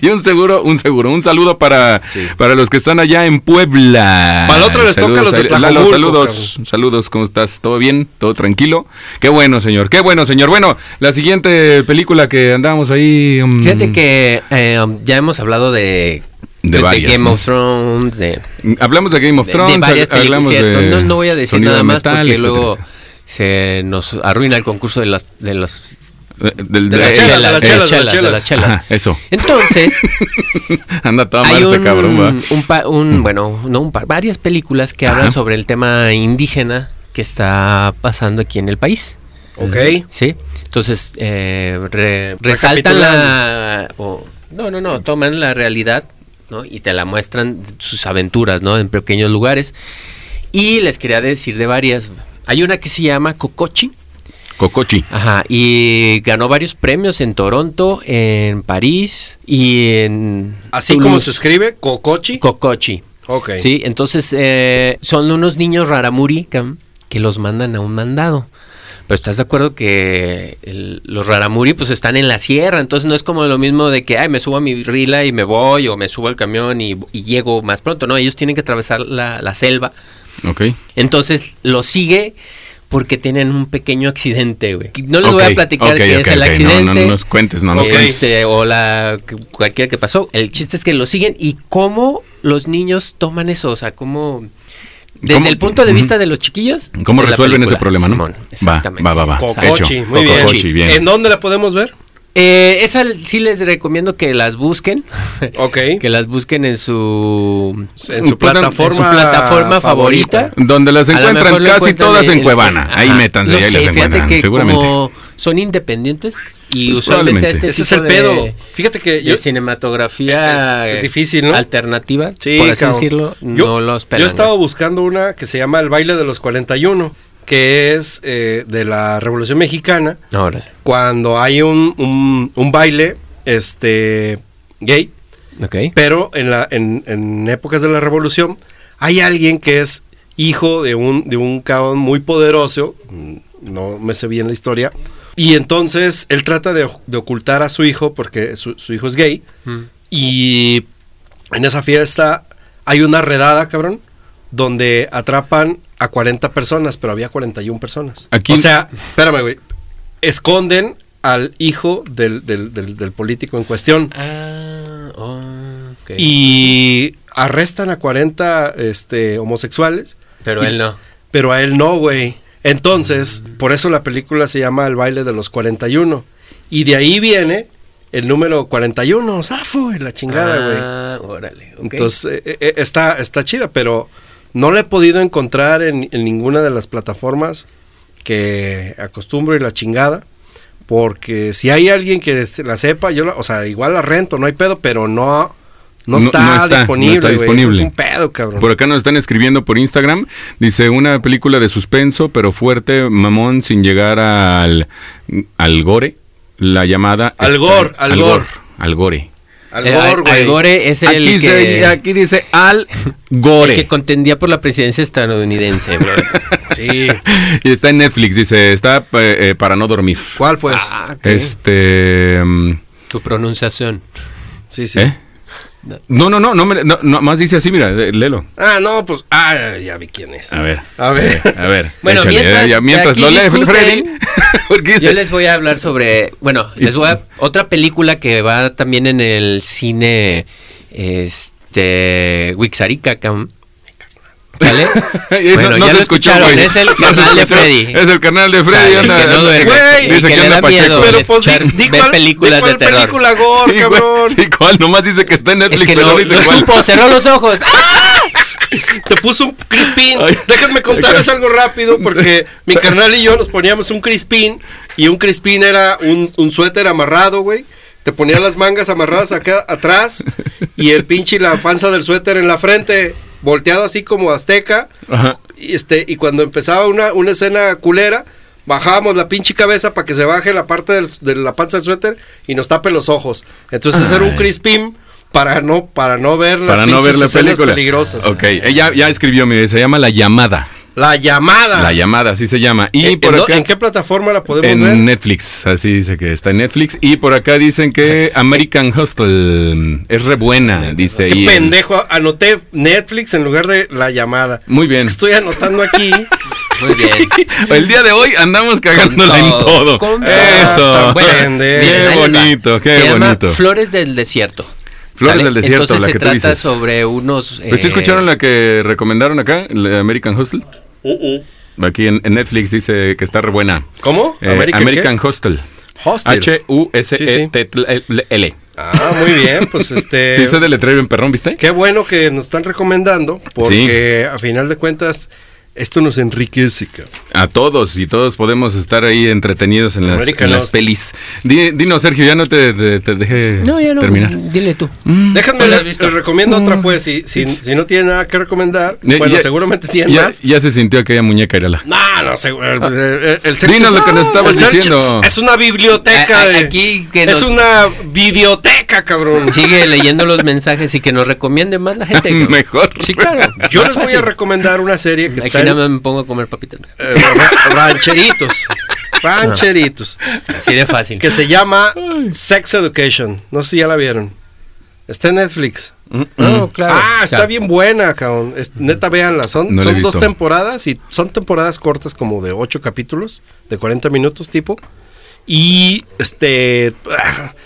y un seguro, un seguro, un saludo para, Sí. para los que están allá en Puebla. Para el otro les toca a los de Lalo, Tlajomulco, saludos, saludos, ¿cómo estás? ¿Todo bien? ¿Todo tranquilo? Qué bueno, señor, qué bueno, señor. Bueno, la siguiente película que andábamos ahí. mm, Fíjate que eh, ya hemos hablado de, De pues, varias, Game ¿no? of Thrones, de, Hablamos de Game of de- de Thrones, varias ha- hablamos películas. ¿cierto? de no, no voy a decir sonido nada de más metal, porque etcétera, luego etcétera. se nos arruina el concurso de las de las Eh, del- de de- las las chelas, chelas, de las de las chelas, chelas, de las de las chelas. chelas. Ajá, eso. Entonces, Anda toda hay madre este un, cabrón, va. un pa- un- bueno, no un par, varias películas que hablan Ajá. sobre el tema indígena que está pasando aquí en el país. Ok. Sí. Entonces, eh, re- resaltan la. o- no, no, no. Toman la realidad ¿no? y te la muestran sus aventuras ¿no? en pequeños lugares. Y les quería decir de varias. Hay una que se llama Cocochi. Cocochi. Ajá. Y ganó varios premios en Toronto, en París y en. Así como se escribe, Cocochi. Cocochi. ok. Sí, entonces eh, son unos niños raramuri cam, que los mandan a un mandado. Pero estás de acuerdo que el- los raramuri pues están en la sierra, entonces no es como lo mismo de que ay me subo a mi rila y me voy o me subo al camión y, y llego más pronto. No, ellos tienen que atravesar la, la selva. Ok. Entonces lo sigue porque tienen un pequeño accidente, güey. No les voy Ok, a platicar ok, qué ok, es el ok. No, accidente. No, no nos cuentes, no nos Ok. cuentes. Este, o la que- cualquiera que pasó. El chiste es que lo siguen y cómo los niños toman eso, o sea, cómo desde ¿Cómo? el punto de Ujú. vista de los chiquillos. ¿Cómo de la resuelven ese película, problema, no? Simón, va, exactamente. va, va, va. Cocochi, Hecho. muy bien. Cocochi, bien. ¿En dónde la podemos ver? Eh, esa l- sí les recomiendo que las busquen, Ok. que las busquen en su En su Pongan- plataforma, en su plataforma favorita. Donde las A lo encuentran mejor lo casi encuentran todas en, Cuevana. Ajá. Ahí métanse, No ahí sé, las fíjate encuentran, que seguramente. como son independientes, Y Pues usualmente probablemente. este Ese es tipo el pedo. de- Fíjate que de yo. cinematografía Es- es eh, difícil, ¿no? alternativa, Sí, por así cabrón. decirlo, Yo- no los pelan. Yo estaba buscando una que se llama El baile de los 41, que es eh, de la Revolución Mexicana, güey. Órale, cuando hay un, un- un baile este, gay, ok. pero en, la, en, en épocas de la Revolución hay alguien que es hijo de un, de un cabrón muy poderoso, mm, no me sé bien la historia, y entonces él trata de, de ocultar a su hijo porque su, su hijo es gay, Mm. y en esa fiesta hay una redada, cabrón, donde atrapan a 40 personas, pero había 41 personas. Aquí- O sea, espérame, güey. Esconden al hijo del, del- del- del político en cuestión. Ah, ok. Y arrestan a 40 este, homosexuales, pero él no. pero a él no, güey. Entonces, por eso la película se llama El baile de los 41. Y de ahí viene el número 41, zafo, y la chingada, güey. Ah, órale. ok. Entonces, eh, eh, está, está chida, pero no la he podido encontrar en, en ninguna de las plataformas que acostumbro y la chingada. Porque si hay alguien que se la sepa, yo la, o sea, igual la rento, no hay pedo, pero no, No- no, está, no está, no disponible. está güey. Eso disponible. es un pedo, cabrón. Por acá nos están escribiendo por Instagram. Dice una película de suspenso, pero fuerte, mamón, sin llegar al, al gore. La llamada. Al gore, al gore. Al gore. Al Eh, Gore, güey. Gore es el Aquí, que, se- aquí dice al el gore. que contendía por la presidencia estadounidense, bro. Sí. Y está en Netflix, dice, está eh, eh, para no dormir. ¿Cuál, pues? Ah, ok. Este. mm, Tu pronunciación. sí, sí. ¿eh? No, no, no, no, me- no, no, más dice así, mira, de- léelo. Ah, no, pues. Ah, ya vi quién es. A ver. A ver. A ver, Bueno, échale, mientras- eh, ya, mientras aquí lo lee discuten, Freddy. porque Yo les voy a hablar sobre, bueno, les voy a otra película que va también en el cine, este, Wixarica, cam- ¿sale? no, Bueno, no ya se lo escuchó, escucharon, güey. es el No se canal de escuchó. Freddy. Es el canal de Freddy. Sale, que no duerme, güey, que dice le que da anda Pacheco. miedo. Pero Pero de pues di, escuchar- di ver cuál, películas di de cuál terror. película Sí, gore, güey, cabrón. Sí, ¿cuál? Nomás dice que está en Es Netflix, que pero no no, dice no cuál. supo, cerró los ojos. Te puso un crispín. Ay. Déjenme contarles Ay, algo rápido porque mi carnal y yo nos poníamos un crispín y un crispín era un, un suéter amarrado, güey. Te ponía las mangas amarradas acá atrás y el pinche y la panza del suéter en la frente, volteado así como azteca. Ajá. Y, este, y cuando empezaba una, una escena culera, bajábamos la pinche cabeza para que se baje la parte del- de la panza del suéter y nos tape los ojos. Entonces era un Ay. crispín para no, para no ver las Para no pinches ver la escenas película. peligrosas. Ok, ella ya escribió, mire, se llama La Llamada. La Ah. llamada. Eh, La Llamada, así se llama. Y Eh, ¿En, por en do- acá. en qué plataforma la podemos en ver? Netflix, así dice que está en Netflix. Y por acá dicen que American Hostel mm, es re buena, dice. Qué y en- pendejo, anoté Netflix en lugar de la llamada. Muy bien. Es que estoy anotando aquí. Muy bien. El día de hoy andamos cagándola en Con todo. con Eso. todo. Bueno, Pendejo. miren, qué ahí les va. bonito, qué Se llama bonito. Flores del Desierto. Flores ¿sale? del Desierto, Entonces la se que tú trata dices. sobre unos... Pues sí eh, escucharon la que recomendaron acá, la American Hostel. Aquí en, en Netflix dice que está re buena. ¿Cómo? Eh, ¿American American, qué? Hostel. Hostel. E H-U-S-E-T-L. Ah, muy bien, pues este. Sí, se deletreo en perrón, ¿viste? Qué bueno que nos están recomendando, porque a final de cuentas, esto nos enriquece, cabrón. A todos y todos podemos estar ahí entretenidos en las, American en las Hostel. pelis. Di- dinos, Sergio, ya no te, te- te dejé No, ya no, terminar. dile tú. Mm. Déjenme, ¿Cuál has le- visto? les recomiendo otra, pues, si, si, si no tiene nada que recomendar. Ya- bueno, ya- seguramente tiene ya, más. Ya se sintió aquella muñeca, Irala. No, no, seguro. El, el- el Dinos Search- lo que nos estabas el Search diciendo. Es, es una biblioteca. A- a- de- aquí que es nos- una videoteca, cabrón. Sigue leyendo los mensajes y que nos recomiende más la gente. cabrón. Mejor. Sí, claro. Yo más les voy a fácil. recomendar una serie que Aquí está en, nada más me pongo a comer papitas. eh, ra- rancheritos. Rancheritos. Así de fácil. Que se llama Sex Education. No sé si ya la vieron. Está en Netflix. No, claro. Ah, O sea, está bien buena, cabrón. Es- neta, véanla. Son, No la he son dos visto. temporadas y son temporadas cortas como de ocho capítulos, de 40 minutos tipo. Y este...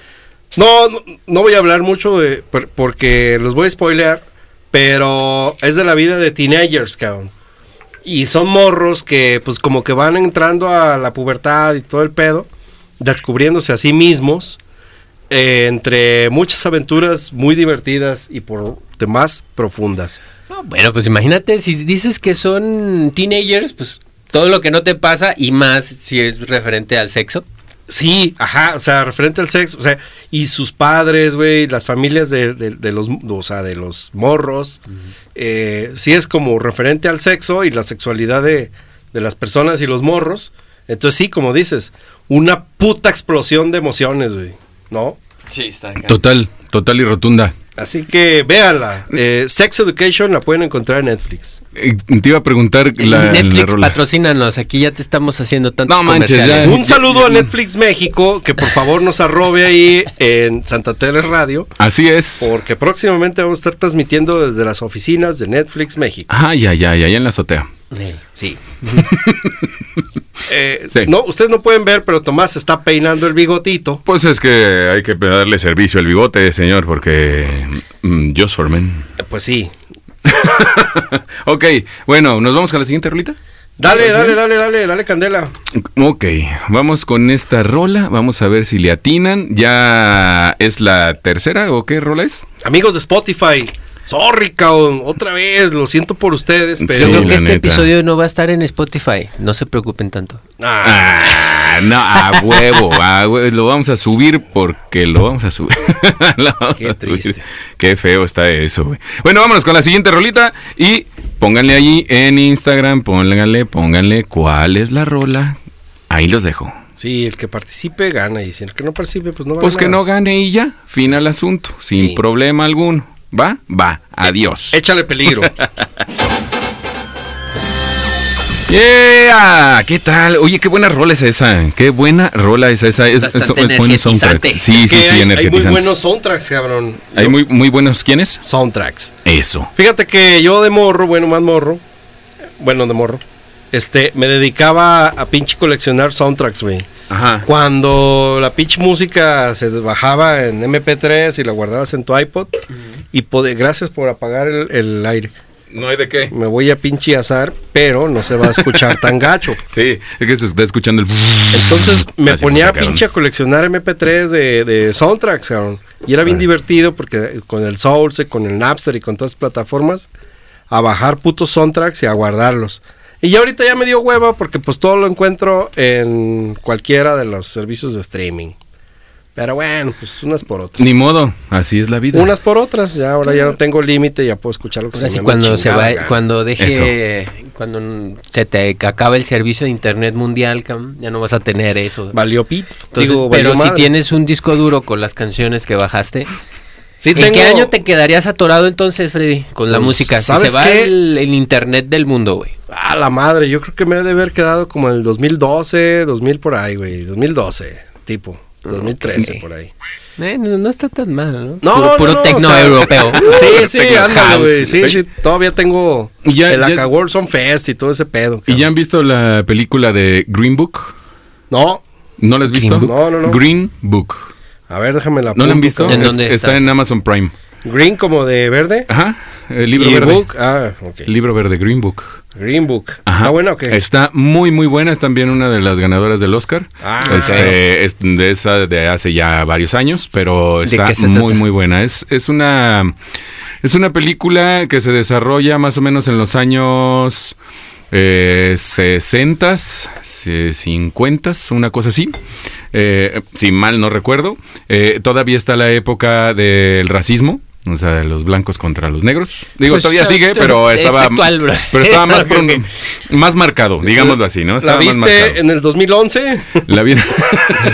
No, no, no voy a hablar mucho de, por- porque los voy a spoilear, pero es de la vida de teenagers, cabrón. Y son morros que pues como que van entrando a la pubertad y todo el pedo, descubriéndose a sí mismos, eh, entre muchas aventuras muy divertidas y por demás profundas. no, Bueno, pues imagínate, si dices que son teenagers, pues todo lo que no te pasa y más si es referente al sexo. Sí, ajá, o sea, referente al sexo, o sea, y sus padres, güey, las familias de, de- de los, o sea, de los morros, eh, sí es como referente al sexo y la sexualidad de, de las personas y los morros. Entonces sí, como dices, una puta explosión de emociones, güey, ¿no? Sí, está acá. Total, total y rotunda. Así que véanla. Eh, Sex Education la pueden encontrar en Netflix. Eh, Te iba a preguntar la, la Netflix, rola. patrocínanos. Aquí ya te estamos haciendo tantos No manches, ya. comerciales. Un saludo a Netflix México, que por favor nos arrobe ahí en Santa Teresa Radio. Así es. Porque próximamente vamos a estar transmitiendo desde las oficinas de Netflix México. Ay, ay, ay, ahí en la azotea. Eh. Sí. Sí. No, ustedes no pueden ver, pero Tomás está peinando el bigotito. Pues es que hay que darle servicio al bigote, señor, porque mm, just for men. Eh, Pues sí. Ok, bueno, ¿nos vamos con la siguiente rolita? Dale, dale, dale, dale, dale, Candela. Ok, vamos con esta rola, vamos a ver si le atinan. ¿Ya es la tercera o qué rola es? Amigos de Spotify. Sorry, cabrón. Otra vez, lo siento por ustedes, Sí, Yo creo pero. la que este neta. episodio no va a estar en Spotify. No se preocupen tanto. Ah, Ah, no, a huevo, a hue- lo vamos a subir porque lo vamos a subir. Lo vamos Qué a subir. triste. Qué feo está eso, güey. Bueno, vámonos con la siguiente rolita y pónganle allí en Instagram, pónganle, pónganle cuál es la rola. Ahí los dejo. sí, el que participe gana. Y si el que no participe, pues no va Pues a que ganar. no gane y ya, fin al asunto, sin Sí. Eh, problema alguno. ¿Va? Va, adiós. Échale peligro. Yeah, ¿qué tal? Oye, qué buena rola es esa. Qué buena rola es esa. Es, Bastante buen soundtrack. energizante. Sí, Es sí, que sí, hay, hay muy energizante. buenos soundtracks, cabrón. Hay muy, muy buenos quiénes. Soundtracks. Eso. Fíjate que yo de morro, bueno, más morro, bueno, de morro, este, me dedicaba a pinche coleccionar soundtracks, güey. Ajá. Cuando la pinche música se bajaba en MP3 y la guardabas en tu iPod, y pode- gracias por apagar el, el aire. No hay de qué. Me voy a pinche azar, pero no se va a escuchar tan gacho. Sí, es que se está escuchando el. Entonces me Así ponía a como sacaron. pinche a coleccionar MP3 de, de soundtracks, cabrón. Y era bien divertido porque con el Soul, con el Napster y con todas las plataformas, a bajar putos soundtracks y a guardarlos. Y ya ahorita ya me dio hueva porque pues todo lo encuentro en cualquiera de los servicios de streaming. Pero bueno, pues unas por otras. Ni modo, así es la vida. unas por otras, ya ahora ya no tengo límite, ya puedo escuchar lo que Ahora se sí, me Pues cuando se va, chingada cuando deje, cuando n- se te acaba el servicio de internet mundial, cam, ya no vas a tener eso. gana. Valió pit. Entonces, Digo, pero valió si madre. tienes un disco duro con las canciones que bajaste, Sí ¿en qué año te quedarías atorado entonces, Freddy, con la Pues, música? Si se ¿sabes va qué? el, el internet del mundo, güey. Ah, la madre, yo creo que me he de haber quedado como en el 2012, 2000 por ahí, güey. 2012, tipo. 2013 ok. por ahí. Eh, no, no está tan mal, ¿no? No, puro no, puro no, tecno o sea, europeo. Sí, sí, Techno ándale, house, güey. Sí, tec- sí, todavía tengo Y ya- el ya- Aka World Song Fest y todo ese pedo. ¿Y cabrón. ya han visto la película de Green Book? No. ¿No la has visto? Green Book. No, no, no. Green Book. A ver, déjame la ¿No la han apunto, visto? ¿En cabrón. Es- dónde está, está en esa? Amazon Prime. Green como de verde. Ajá. El libro y verde. Book, ah, ok. El libro verde, Green Book. Green Book. Ajá. ¿Está buena o qué? Está muy, muy buena. Es también una de las ganadoras del Oscar. Ah. Este, es de esa de hace ya varios años, pero ¿De está qué se muy, trata? muy buena. Es, es una. Es una película que se desarrolla más o menos en los años. Eh, 60, 50, una cosa así, Eh, si mal no recuerdo. Eh, todavía está la época del racismo, o sea, de los blancos contra los negros. Digo, Pues, todavía eh, sigue, eh, pero es estaba, actual, bro. pero estaba más, Ok, pron- más marcado, digámoslo así, ¿no? ¿La Estaba más viste marcado. en el 2011? La vi.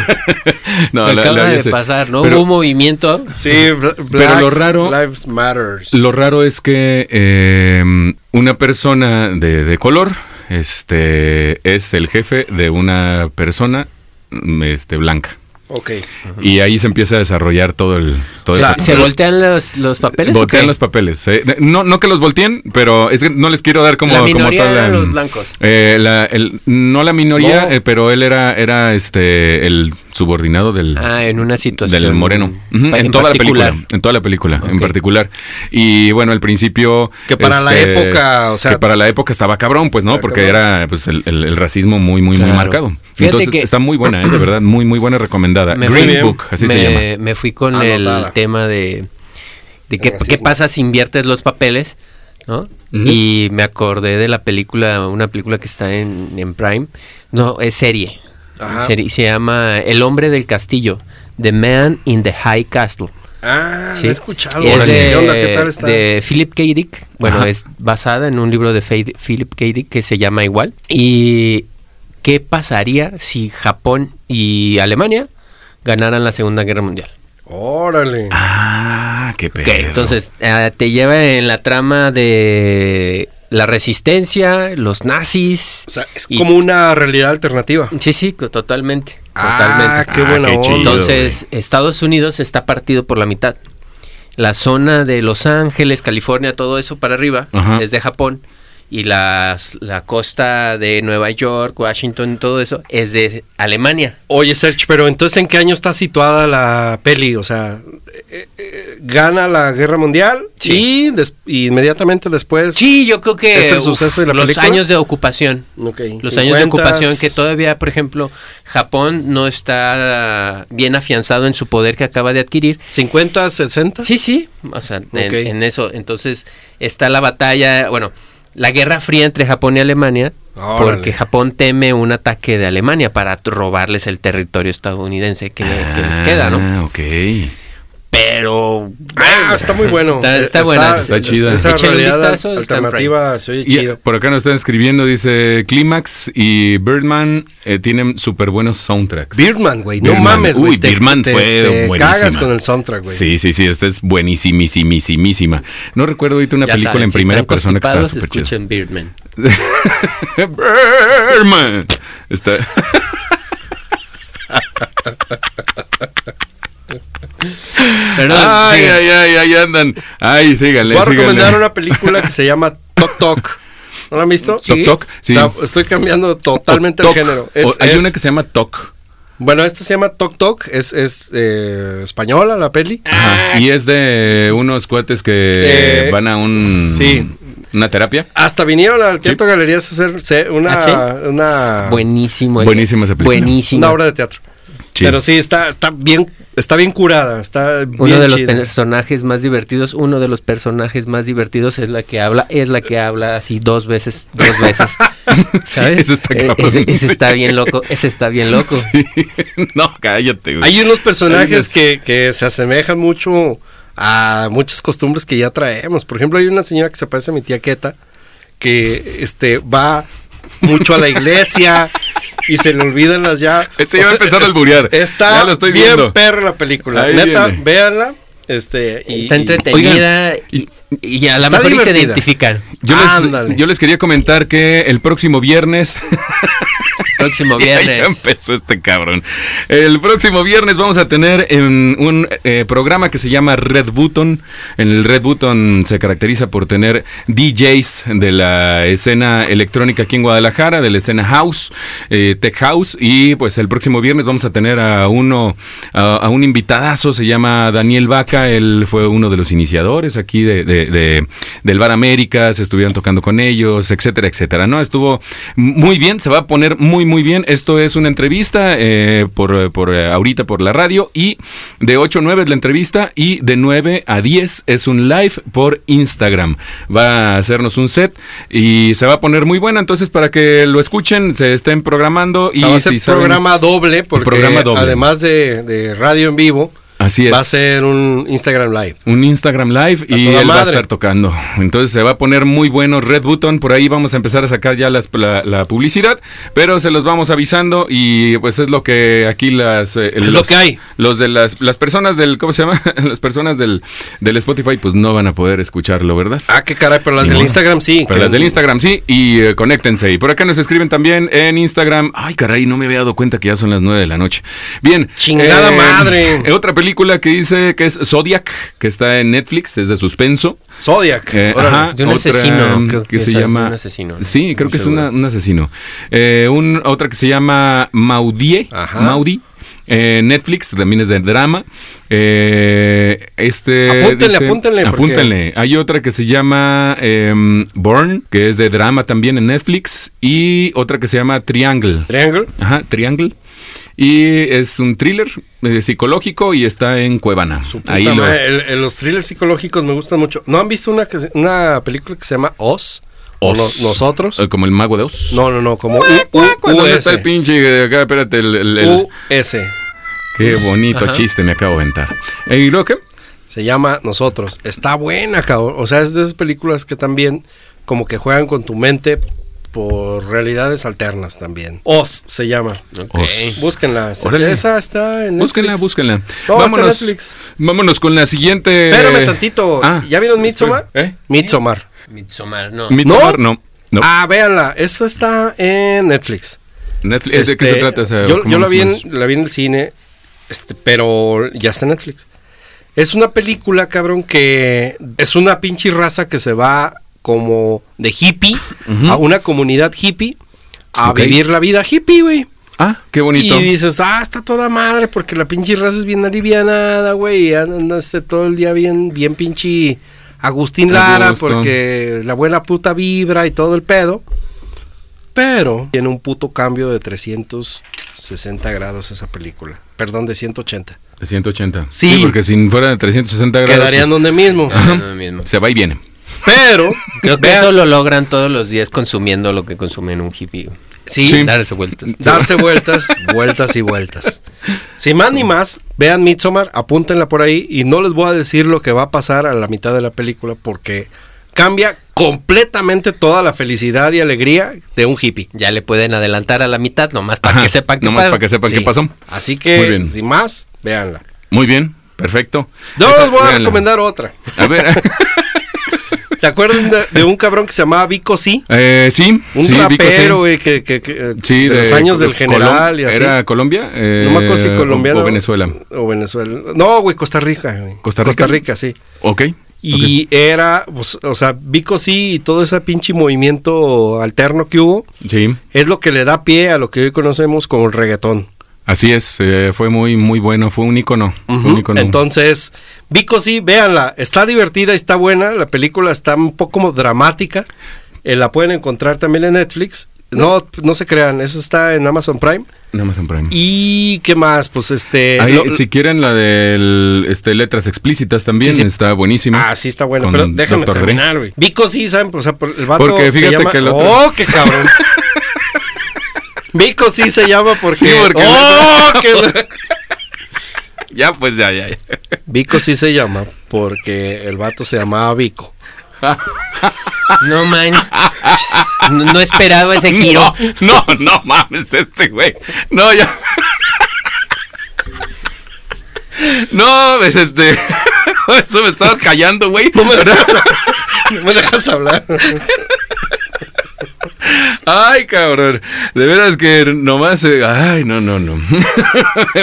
no, la- la Acaba vi de hace- pasar, ¿no? pero- Hubo un movimiento. Sí, bl- Pero lo Blacks raro- Lives Matters. Lo raro es que eh, una persona de, de color este, es el jefe de una persona mm, este, blanca. Ok. Y ahí se empieza a desarrollar todo el... Todo O sea, el- ¿Se voltean los, los papeles? o Voltean qué? los papeles. eh. No, no que los volteen, pero es que no les quiero dar como, La como minoría toda la- eran los blancos. Eh, la- el- no la minoría, No. eh, pero él era, era este el subordinado del, Ah, en una situación. del moreno. Ujú, En, pa- toda la particular. película. En toda la película, en Ok. particular. Y bueno, al principio. este, Que para la época, o sea- Que para la época estaba cabrón, pues, ¿no? Estaba Porque cabrón. era pues, el, el- el racismo muy, muy, Claro. muy marcado. Fíjate Entonces que- está muy buena, ¿eh? de verdad, muy, muy buena recomendada. Me Ah, Green fui- Book, así me, se llama. me fui con Anotada. el tema de, de qué, Ah, racismo. qué pasa si inviertes los papeles, ¿no? Ujú. Y me acordé de la película, una película que está en, en Prime. No, es serie. Ajá. Se, se llama El hombre del castillo, The Man in the High Castle. Ah, Sí. la he escuchado. Y es Órale. de, ¿Qué onda? ¿Qué tal está? de Philip K. Dick. Bueno, Ajá. es basada en un libro de Fe- Philip K. Dick que se llama igual. ¿Y qué pasaría si Japón y Alemania ganaran la Segunda Guerra Mundial? Órale. Ah, qué Ok, pedo. entonces eh, te lleva en la trama de la resistencia, los nazis. o sea, es y- como una realidad alternativa. Sí, sí, co- totalmente. Ah, totalmente. qué Ah, buena qué onda. chido. Entonces, Estados Unidos está partido por la mitad. La zona de Los Ángeles, California, todo eso para arriba Ajá. es de Japón. Y las- la costa de Nueva York, Washington, todo eso es de Alemania. Oye, Serge, pero entonces, ¿en qué año está situada la peli? O sea, eh, eh, gana la guerra mundial Sí. y des- y inmediatamente después. Sí, yo creo que ¿Es el uf, suceso de la los película? años de ocupación. Ok, Los años de 50s. ocupación que todavía, por ejemplo, Japón no está bien afianzado en su poder que acaba de adquirir. 50, 60. Sí, sí, o sea, en, Ok. en eso. Entonces está la batalla, bueno, la guerra fría entre Japón y Alemania, Órale. porque Japón teme un ataque de Alemania para robarles el territorio estadounidense que, le- que les queda, ¿no? Ah, ok. Pero... Ah, está muy bueno. Está, está buena. Está chida. Esa Échale un realidad vistazo, está en alternativa se Y oye eh, chido. por acá nos están escribiendo, dice Climax y Birdman eh, tienen súper buenos soundtracks. Birdman, güey. No Birdman. mames, güey. Uy, te- Birdman te- fue te buenísima. cagas con el soundtrack, güey. Sí, sí, sí, esta es buenísimísimísima. No recuerdo ahorita una Ya película saben, en si primera están persona que estaba constipados, súper chida. escuchen Birdman. Birdman. Está... Perdón, ay, sigan. ay, ay, ahí andan. Ay, síganle, Voy síganle. a recomendar una película que se llama Tok Tok. ¿No la han visto? Sí. Tok Tok, sí. O sea, estoy cambiando totalmente O el Toc. género. O Es- hay es- una que se llama Toc. Bueno, esta se llama Tok Tok. Es, es eh, española la peli. Ajá. Y es de unos cuates que Eh, van a un... sí. Una terapia. Hasta vinieron al Teatro Galerías a hacer se- una, ¿Ah, sí? una, Buenísimo. eh. Buenísima esa película. Buenísimo. una obra de teatro. Sí. Pero sí, está, está, bien, está bien curada. Está bien Uno de los chida. personajes más divertidos, uno de los personajes más divertidos es la que habla, es la que habla así dos veces, dos veces. ¿Sabes? eso está Eh, cabrón. ese, ese está bien loco, ese está bien loco. Sí. No, cállate, güey. Hay unos Pues, personajes Hay que, que se asemejan mucho a muchas costumbres que ya traemos. Por ejemplo, hay una señora que se parece a mi tía Queta, que este, va mucho a la iglesia y se le olvidan las ya. Ese iba a empezar a alburear. Está Ya lo estoy bien viendo. perra la película. Ahí Neta, viene. véanla. Este, y- está y- entretenida y, y a lo Está mejor y se divertida. identifican. Yo les, Ándale. yo les quería comentar que el próximo viernes. Próximo Ya viernes. empezó este cabrón. El próximo viernes vamos a tener en un eh, programa que se llama Red Button. En el Red Button se caracteriza por tener DJs de la escena electrónica aquí en Guadalajara, de la escena house, eh, tech house. Y pues el próximo viernes vamos a tener a uno, a, a un invitadazo, se llama Daniel Vaca. Él fue uno de los iniciadores aquí de, de- de- del Bar Américas. Estuvieron tocando con ellos, etcétera, etcétera. No, estuvo muy bien, se va a poner muy, muy bien. Esto es una entrevista eh, por, por eh, ahorita por la radio y de 8 a 9 es la entrevista y de 9 a 10 es un live por Instagram. Va a hacernos un set y se va a poner muy buena. Entonces, para que lo escuchen, se estén programando O y sea, va a ser si saben- programa doble, porque Programa doble. además de, de radio en vivo, Así es. va a ser un Instagram Live. un Instagram Live Está y él toda va a madre. estar tocando. Entonces se va a poner muy bueno Red Button. Por ahí vamos a empezar a sacar ya las- la, la publicidad, pero se los vamos avisando y pues es lo que aquí las... eh, Es lo que hay. Los de las, las personas del... ¿Cómo se llama? las personas del, del Spotify pues no van a poder escucharlo, ¿verdad? Ah, qué caray, pero las Ni del modo. Instagram sí. Pero que- las del Instagram sí, y eh, conéctense. Y por acá nos escriben también en Instagram. Ay, caray, no me había dado cuenta que ya son las 9 de la noche. Bien. Chingada madre. eh, Otra película que dice que es Zodiac, que está en Netflix, es de suspenso. Zodiac. Eh, órale. ajá, De un asesino, creo que se esa es llama. un asesino, no Sí, estoy creo que es seguro. una- un asesino. Eh, un- otra que se llama Maudie. Ajá. Maudie. eh, Netflix también es de drama. Eh, este Apúntenle, apúntenle, porque- apúntenle. Hay otra que se llama em, Born, que es de drama también en Netflix. Y otra que se llama Triangle. Triangle. Ajá, Triangle. Y es un thriller eh, psicológico y está en Cuevana. Su puta Ahí lo- madre, el- el- los thrillers psicológicos me gustan mucho. ¿No han visto una, que se- una película que se llama Oz? Os. No- nosotros. Eh, Como el mago de Oz. No, no, no, como U- U- ¿Dónde US. está el pinche de acá? Espérate, el- el- el- US. qué bonito Ajá. chiste me acabo de aventar. Eh, ¿Y luego qué? Se llama Nosotros. Está buena, cabrón. O sea, es de esas películas que también como que juegan con tu mente por realidades alternas también. Oz se llama. Os. Búsquenla. Se- Órale. Esa está en Búsquenla, Netflix. búsquenla. No, está en vámonos, Netflix. vámonos con la siguiente. Espérame tantito. Ah, ¿Ya vieron Midsommar? ¿Eh? Midsommar. Midsommar, no. Midsommar, no. No. Ah, véanla. Esta está en Netflix. Netflix, ¿De qué Este, se trata esa? Yo, ¿Cómo yo la, más vi o en, menos? la vi en el cine, este, pero ya está en Netflix. Es una película, cabrón, que es una pinche raza que se va como de hippie Ujú. a una comunidad hippie a Ok. vivir la vida hippie, güey. Ah, qué bonito. Y dices, ah, está toda madre, porque la pinche raza es bien alivianada, güey. y Andan este, todo el día bien, bien pinche Agustín A Lara, gusto. porque la abuela puta vibra y todo el pedo. Pero tiene un puto cambio de 360 grados esa película. Perdón, de 180. De 180. Sí. Porque si fuera de 360 grados. Quedarían pues, donde mismo. Ah, no, mismo. Se va y viene. Pero, Creo que vean, eso lo logran todos los días consumiendo lo que consumen un hippie. güey. sí, Sí. Darse vueltas. darse vueltas, vueltas y vueltas. Sin más ni más, vean Midsommar, apúntenla por ahí y no les voy a decir lo que va a pasar a la mitad de la película porque cambia completamente toda la felicidad y alegría de un hippie. Ya le pueden adelantar a la mitad, nomás para Ajá, que sepan que nomás pa- para que sepan Sí. qué pasó. Así Muy que, bien. sin más, véanla. Muy bien, perfecto. Yo Esa, les voy a véanla. recomendar otra. A ver, ¿Se acuerdan de, de un cabrón que se llamaba Vico Sí? eh, sí. Un sí, Vico, rapero, sí. güey, que, que- que- Sí, de, los años del Colom- general y así. ¿Era Colombia? Eh, no me acuerdo si o- colombiano. O Venezuela. O Venezuela. No, güey, Costa Rica. güey. ¿Costa Rica? Costa Rica, sí. Ok. Y ok. era, pues, o sea, Vico sí y todo ese pinche movimiento alterno que hubo Sí, es lo que le da pie a lo que hoy conocemos como el reggaetón. así es. eh, fue muy, muy bueno. Fue un ícono. fue un ícono. ¿Mm? Entonces, Vico sí, véanla, está divertida, está buena, la película está un poco como dramática, eh, la pueden encontrar también en Netflix. No, no se crean, eso está en Amazon Prime. En Amazon Prime. ¿Y qué más? Pues este... Ahí, lo- si quieren la de este, letras explícitas también, Sí, sí. está buenísima. Ah, sí, está bueno, Con pero déjame Dr. Dre. terminar, güey. Vico sí, ¿saben? O sea, por- el vato Porque fíjate se llama... que el otro- ¡Oh, qué cabrón! Vico sí se llama porque... Sí, porque- ¡Oh, qué... Ya, pues ya, ya. ya. Vico sí se llama porque el vato se llamaba Vico. No man. No, no esperaba ese giro. No, no, no mames, este güey. No, ya. No, ves este. Eso me estabas callando, güey. No me dejas, no me dejas hablar. Ay, cabrón. De veras que nomás. eh, Ay, no, no, no. Ponte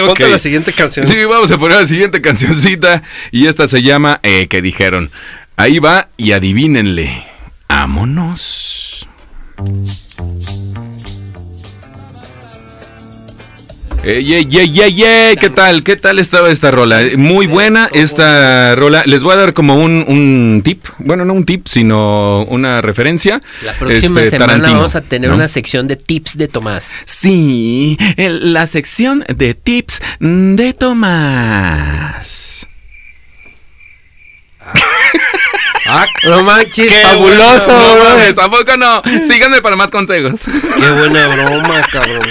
Ok. la siguiente canción. Sí, vamos a poner la siguiente cancioncita. Y esta se llama eh, que dijeron. Ahí va y adivínenle. Vámonos. Ey, ey, ey, ey, ey, ¿qué tal? ¿Qué tal estaba esta rola? Eh, Muy buena esta rola. Les voy a dar como un, un tip. Bueno, no un tip, sino una referencia. La próxima Este, semana Tarantino, vamos a tener ¿no? una sección de tips de Tomás. Sí, el- la sección de tips de Tomás. Ah, No manches, Qué fabuloso. No bueno, bro. mames, ¿a poco no? Síganme para más consejos. qué buena broma, cabrón.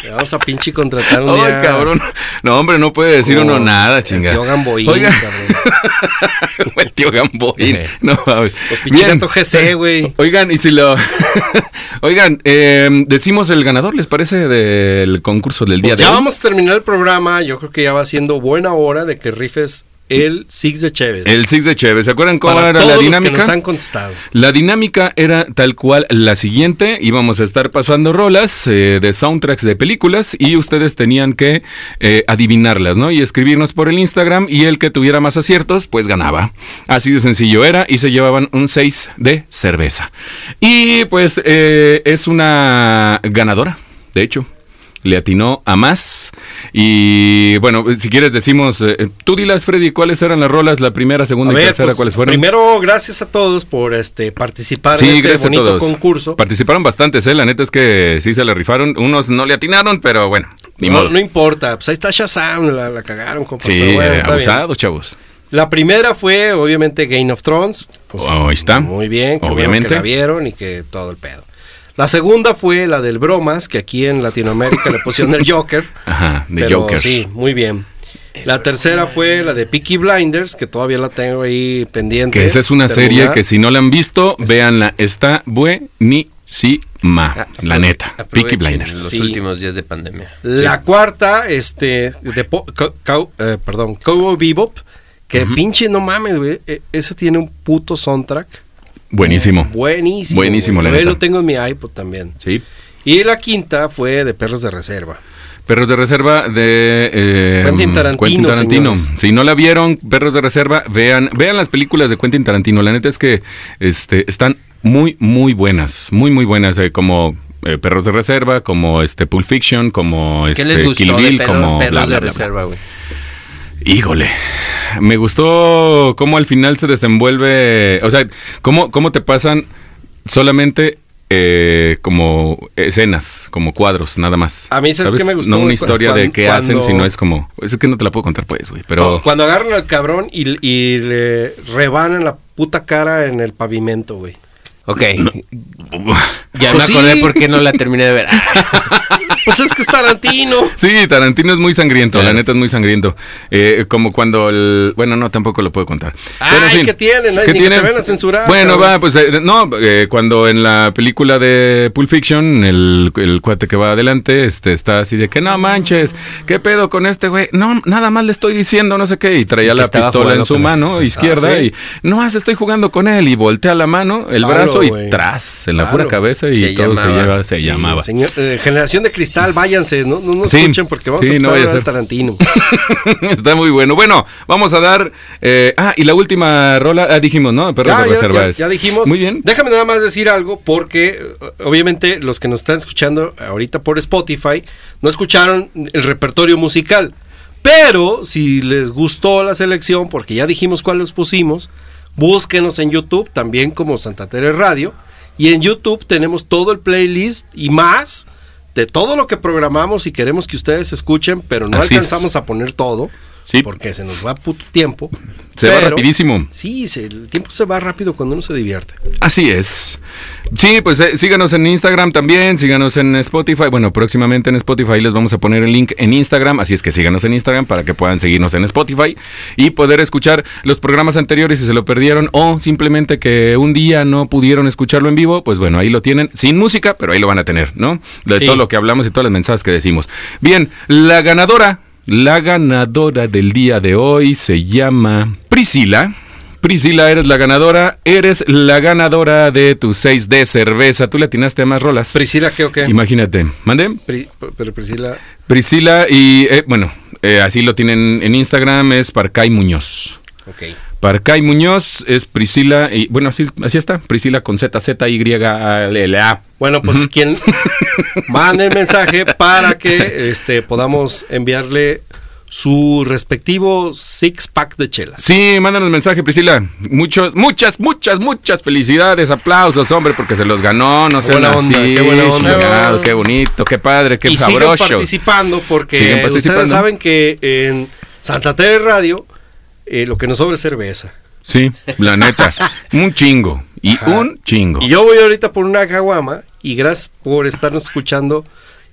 Te vamos a pinche contratar un Ay, día. cabrón. No, hombre, no puede decir Como uno nada, el chinga. tío Gamboín, Oiga. cabrón. el tío Gamboín. No, mames. O Pues, pinche Bien. gato GC, güey. Oigan, y si lo. Oigan, eh, decimos el ganador, ¿les parece? Del concurso del día Pues de ya hoy. vamos a terminar el programa. Yo creo que ya va siendo buena hora de que rifes el Six de Chévez. El 6 de Chévez. ¿Se acuerdan cómo Para era todos la los dinámica? que nos han contestado. La dinámica era tal cual la siguiente, íbamos a estar pasando rolas eh, de soundtracks de películas y ustedes tenían que eh, adivinarlas, ¿no? Y escribirnos por el Instagram y el que tuviera más aciertos, pues ganaba. Así de sencillo era y se llevaban un 6 de cerveza. Y pues eh, es una ganadora, de hecho. Le atinó a más. Y bueno, si quieres decimos, eh, tú dilas Freddy, ¿cuáles eran las rolas? La primera, segunda A y ver, tercera, pues, ¿cuáles fueron? Primero, gracias a todos por este participar Sí, en este gracias a bonito todos. concurso. Participaron bastantes, ¿eh? La neta es que sí se la rifaron. Unos no le atinaron, pero bueno, ni no, modo. no importa, pues ahí está Shazam, la, la cagaron, compa, sí, pero bueno, eh, está bien. abusados, chavos. La primera fue, obviamente, Game of Thrones. Pues, Oh, ahí está. Muy bien, qué bueno Obviamente. que la vieron y que todo el pedo. La segunda fue la del Bromas, que aquí en Latinoamérica le pusieron el Joker. Ajá, de pero Joker. Sí, muy bien. La tercera fue la de Peaky Blinders, que todavía la tengo ahí pendiente. Que esa es una terminar. serie que si no la han visto, véanla. Está buenísima, Ah, la neta. Peaky Ah, Aprovechen Blinders. Los Sí. últimos días de pandemia. La cuarta, este, de po- co- cow- eh, perdón, Cowboy Bebop, que pinche no mames, güey, eh, ese tiene un puto soundtrack Buenísimo. buenísimo. Buenísimo, güey. la Yo neta. lo tengo en mi iPod también. Sí. Y la quinta fue de Perros de Reserva. Perros de Reserva de eh, Quentin Tarantino, Quentin Tarantino. señores. Si no la vieron, Perros de Reserva, vean, vean las películas de Quentin Tarantino. La neta es que este, están muy, muy buenas, muy, muy buenas, eh, como eh, Perros de Reserva, como este Pulp Fiction, como ¿Qué este, les gustó Kill Bill, de Perro- como Perros bla, bla, de bla, bla. Reserva, güey? Híjole, me gustó cómo al final se desenvuelve, o sea, cómo, cómo te pasan solamente eh, como escenas, como cuadros, nada más. A mí, ¿sabes qué me gustó, No una güey? historia de Cuando- qué hacen, cuando- sino es como, es que no te la puedo contar pues, güey, pero... Cu- Cuando agarran al cabrón y, y le rebanan la puta cara en el pavimento, güey. Ok, ya Pues me acordé sí. por qué no la terminé de ver. Pues es que es Tarantino. Sí, Tarantino es muy sangriento, la Claro. neta es muy sangriento. Eh, como cuando el... Bueno, no, tampoco lo puedo contar. Ay, Pero, en ¿qué tienen? Ay, ni que te vayan a censurar, Bueno, cabrón. va, pues eh, no, eh, cuando en la película de Pulp Fiction, el, el cuate que va adelante este, está así de que no manches, ¿qué pedo con este güey? No, nada más le estoy diciendo, no sé qué, y traía Y que la estaba pistola en jugando su con él. Ah, mano izquierda sí. y no más estoy jugando con él y voltea la mano, el Claro, brazo y güey. tras, en la Claro. pura cabeza y Se todo llamaba. se, lleva, se Sí, llamaba. señor- eh, generación de cristal, váyanse, no, no, nos Sí, escuchen porque vamos sí, a no empezar vaya a a hablar de ser. Tarantino. Está muy bueno. Bueno, vamos a dar. eh, ah, y la última rola. Ah, dijimos, ¿no? Perros Ya, de ya, reserva. ya- es. ya dijimos. Muy bien. Déjame nada más decir algo porque eh, obviamente los que nos están escuchando ahorita por Spotify no escucharon el repertorio musical. Pero si les gustó la selección, porque ya dijimos cuáles pusimos, búsquenos en YouTube también como Santa Teresa Radio. Y en YouTube tenemos todo el playlist y más de todo lo que programamos y queremos que ustedes escuchen, pero no Así es. alcanzamos a poner todo. Sí. Porque se nos va puto tiempo. Se va Pero- rapidísimo. Sí, se- el tiempo se va rápido cuando uno se divierte. Así es. Sí, pues eh, síganos en Instagram también, síganos en Spotify. Bueno, próximamente en Spotify les vamos a poner el link en Instagram, así es que síganos en Instagram para que puedan seguirnos en Spotify y poder escuchar los programas anteriores si se lo perdieron o simplemente que un día no pudieron escucharlo en vivo, pues bueno, ahí lo tienen sin música, pero ahí lo van a tener, ¿no? De Sí. todo lo que hablamos y todas las mensajes que decimos. Bien, la ganadora, la ganadora del día de hoy se llama Priscila. Priscila, eres la ganadora. Eres la ganadora de tu 6 de cerveza. Tú le atinaste a más rolas. Priscila, ¿qué o qué? Imagínate. ¿Mande? Pri- p- pero Priscila. Priscila y, eh, bueno, eh, así lo tienen en Instagram, es Parcay Muñoz. Ok. Parcay Muñoz es Priscila y, bueno, así, así está. Priscila con Z, Z, Y, A, L, L, A. Bueno, pues quien mande el mensaje para que este, podamos enviarle su respectivo six pack de chelas. Sí, mándanos mensaje, Priscila. Muchos, muchas, muchas, muchas felicidades, aplausos, hombre, porque se los ganó, no Qué sé, buena onda, qué buena onda. qué bonito, qué padre, qué y sigan sabroso. participando porque Sigan participando. ustedes saben que en Santa Tere Radio eh, lo que nos sobra es cerveza. Sí, la neta. un chingo. Y Ajá. un chingo. Y yo voy ahorita por una caguama y gracias por estarnos escuchando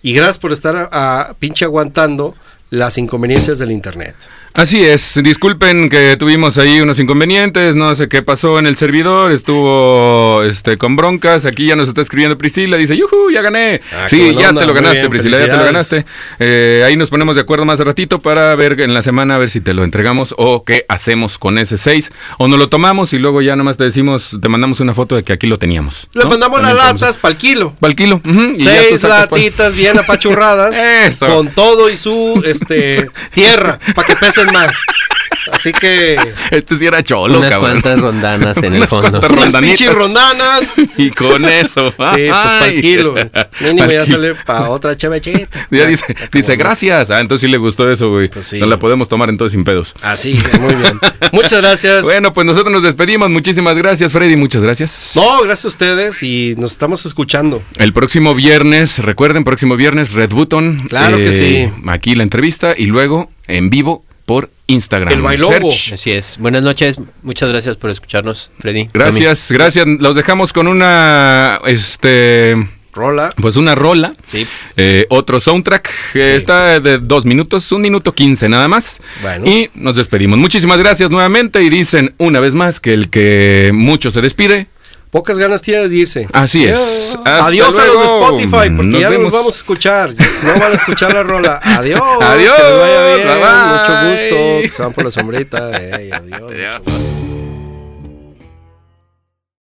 y gracias por estar a, a pinche aguantando las inconveniencias del internet. Así es. Disculpen que tuvimos ahí unos inconvenientes. No sé qué pasó en el servidor. Estuvo este, con broncas. Aquí ya nos está escribiendo Priscila. Dice, ¡yujú! Ya gané. Ah, qué sí, buena ya onda, te lo muy ganaste, bien, Priscila. Ya te lo felicidades. ganaste. Eh, ahí nos ponemos de acuerdo más ratito para ver en la semana a ver si te lo entregamos o qué hacemos con ese 6. O nos lo tomamos y luego ya nomás te decimos, te mandamos una foto de que aquí lo teníamos. Le ¿no? También mandamos las te vamos a- latas para el kilo. Pa'l kilo. ujú, y ya tú Seis sacas, pues. latitas bien apachurradas Eso. con todo y su este tierra para que pesen más. Así que Este sí era cholo, Unas cabrón. cuantas rondanas en el Unas fondo. cuantas unas Rondanitas. pinches rondanas. Sí, Y con eso. Sí, pues para el kilo. Mínimo ya sale para otra chavechita. Ya dice, dice, gracias. Ah, entonces sí le gustó eso, güey. Pues sí. Nos la podemos tomar entonces sin pedos. Así, muy bien. Muchas gracias. Bueno, pues nosotros nos despedimos. Muchísimas gracias, Freddy. Muchas gracias. No, gracias a ustedes y nos estamos escuchando. El próximo viernes, recuerden, próximo viernes, Red Button. eh, Claro que sí. Aquí la entrevista y luego en vivo por Instagram. El Bailongo. Search. Así es. Buenas noches. Muchas gracias por escucharnos, Freddy. Gracias, gracias. Los dejamos con una, este, Rola. pues una rola. Sí. Eh, otro soundtrack. eh, Está de dos minutos, un minuto quince nada más. Bueno. Y nos despedimos. Muchísimas gracias nuevamente y dicen una vez más que el que mucho se despide. Pocas ganas tiene de irse. Así es. Hasta Adiós a los de luego. Spotify, porque Nos ya no vemos. los vamos a escuchar. No van a escuchar la rola. Adiós. Adiós, Que les vaya bien. bye bye. Mucho gusto. Que se van por la sombrita. Ey, adiós. Adiós.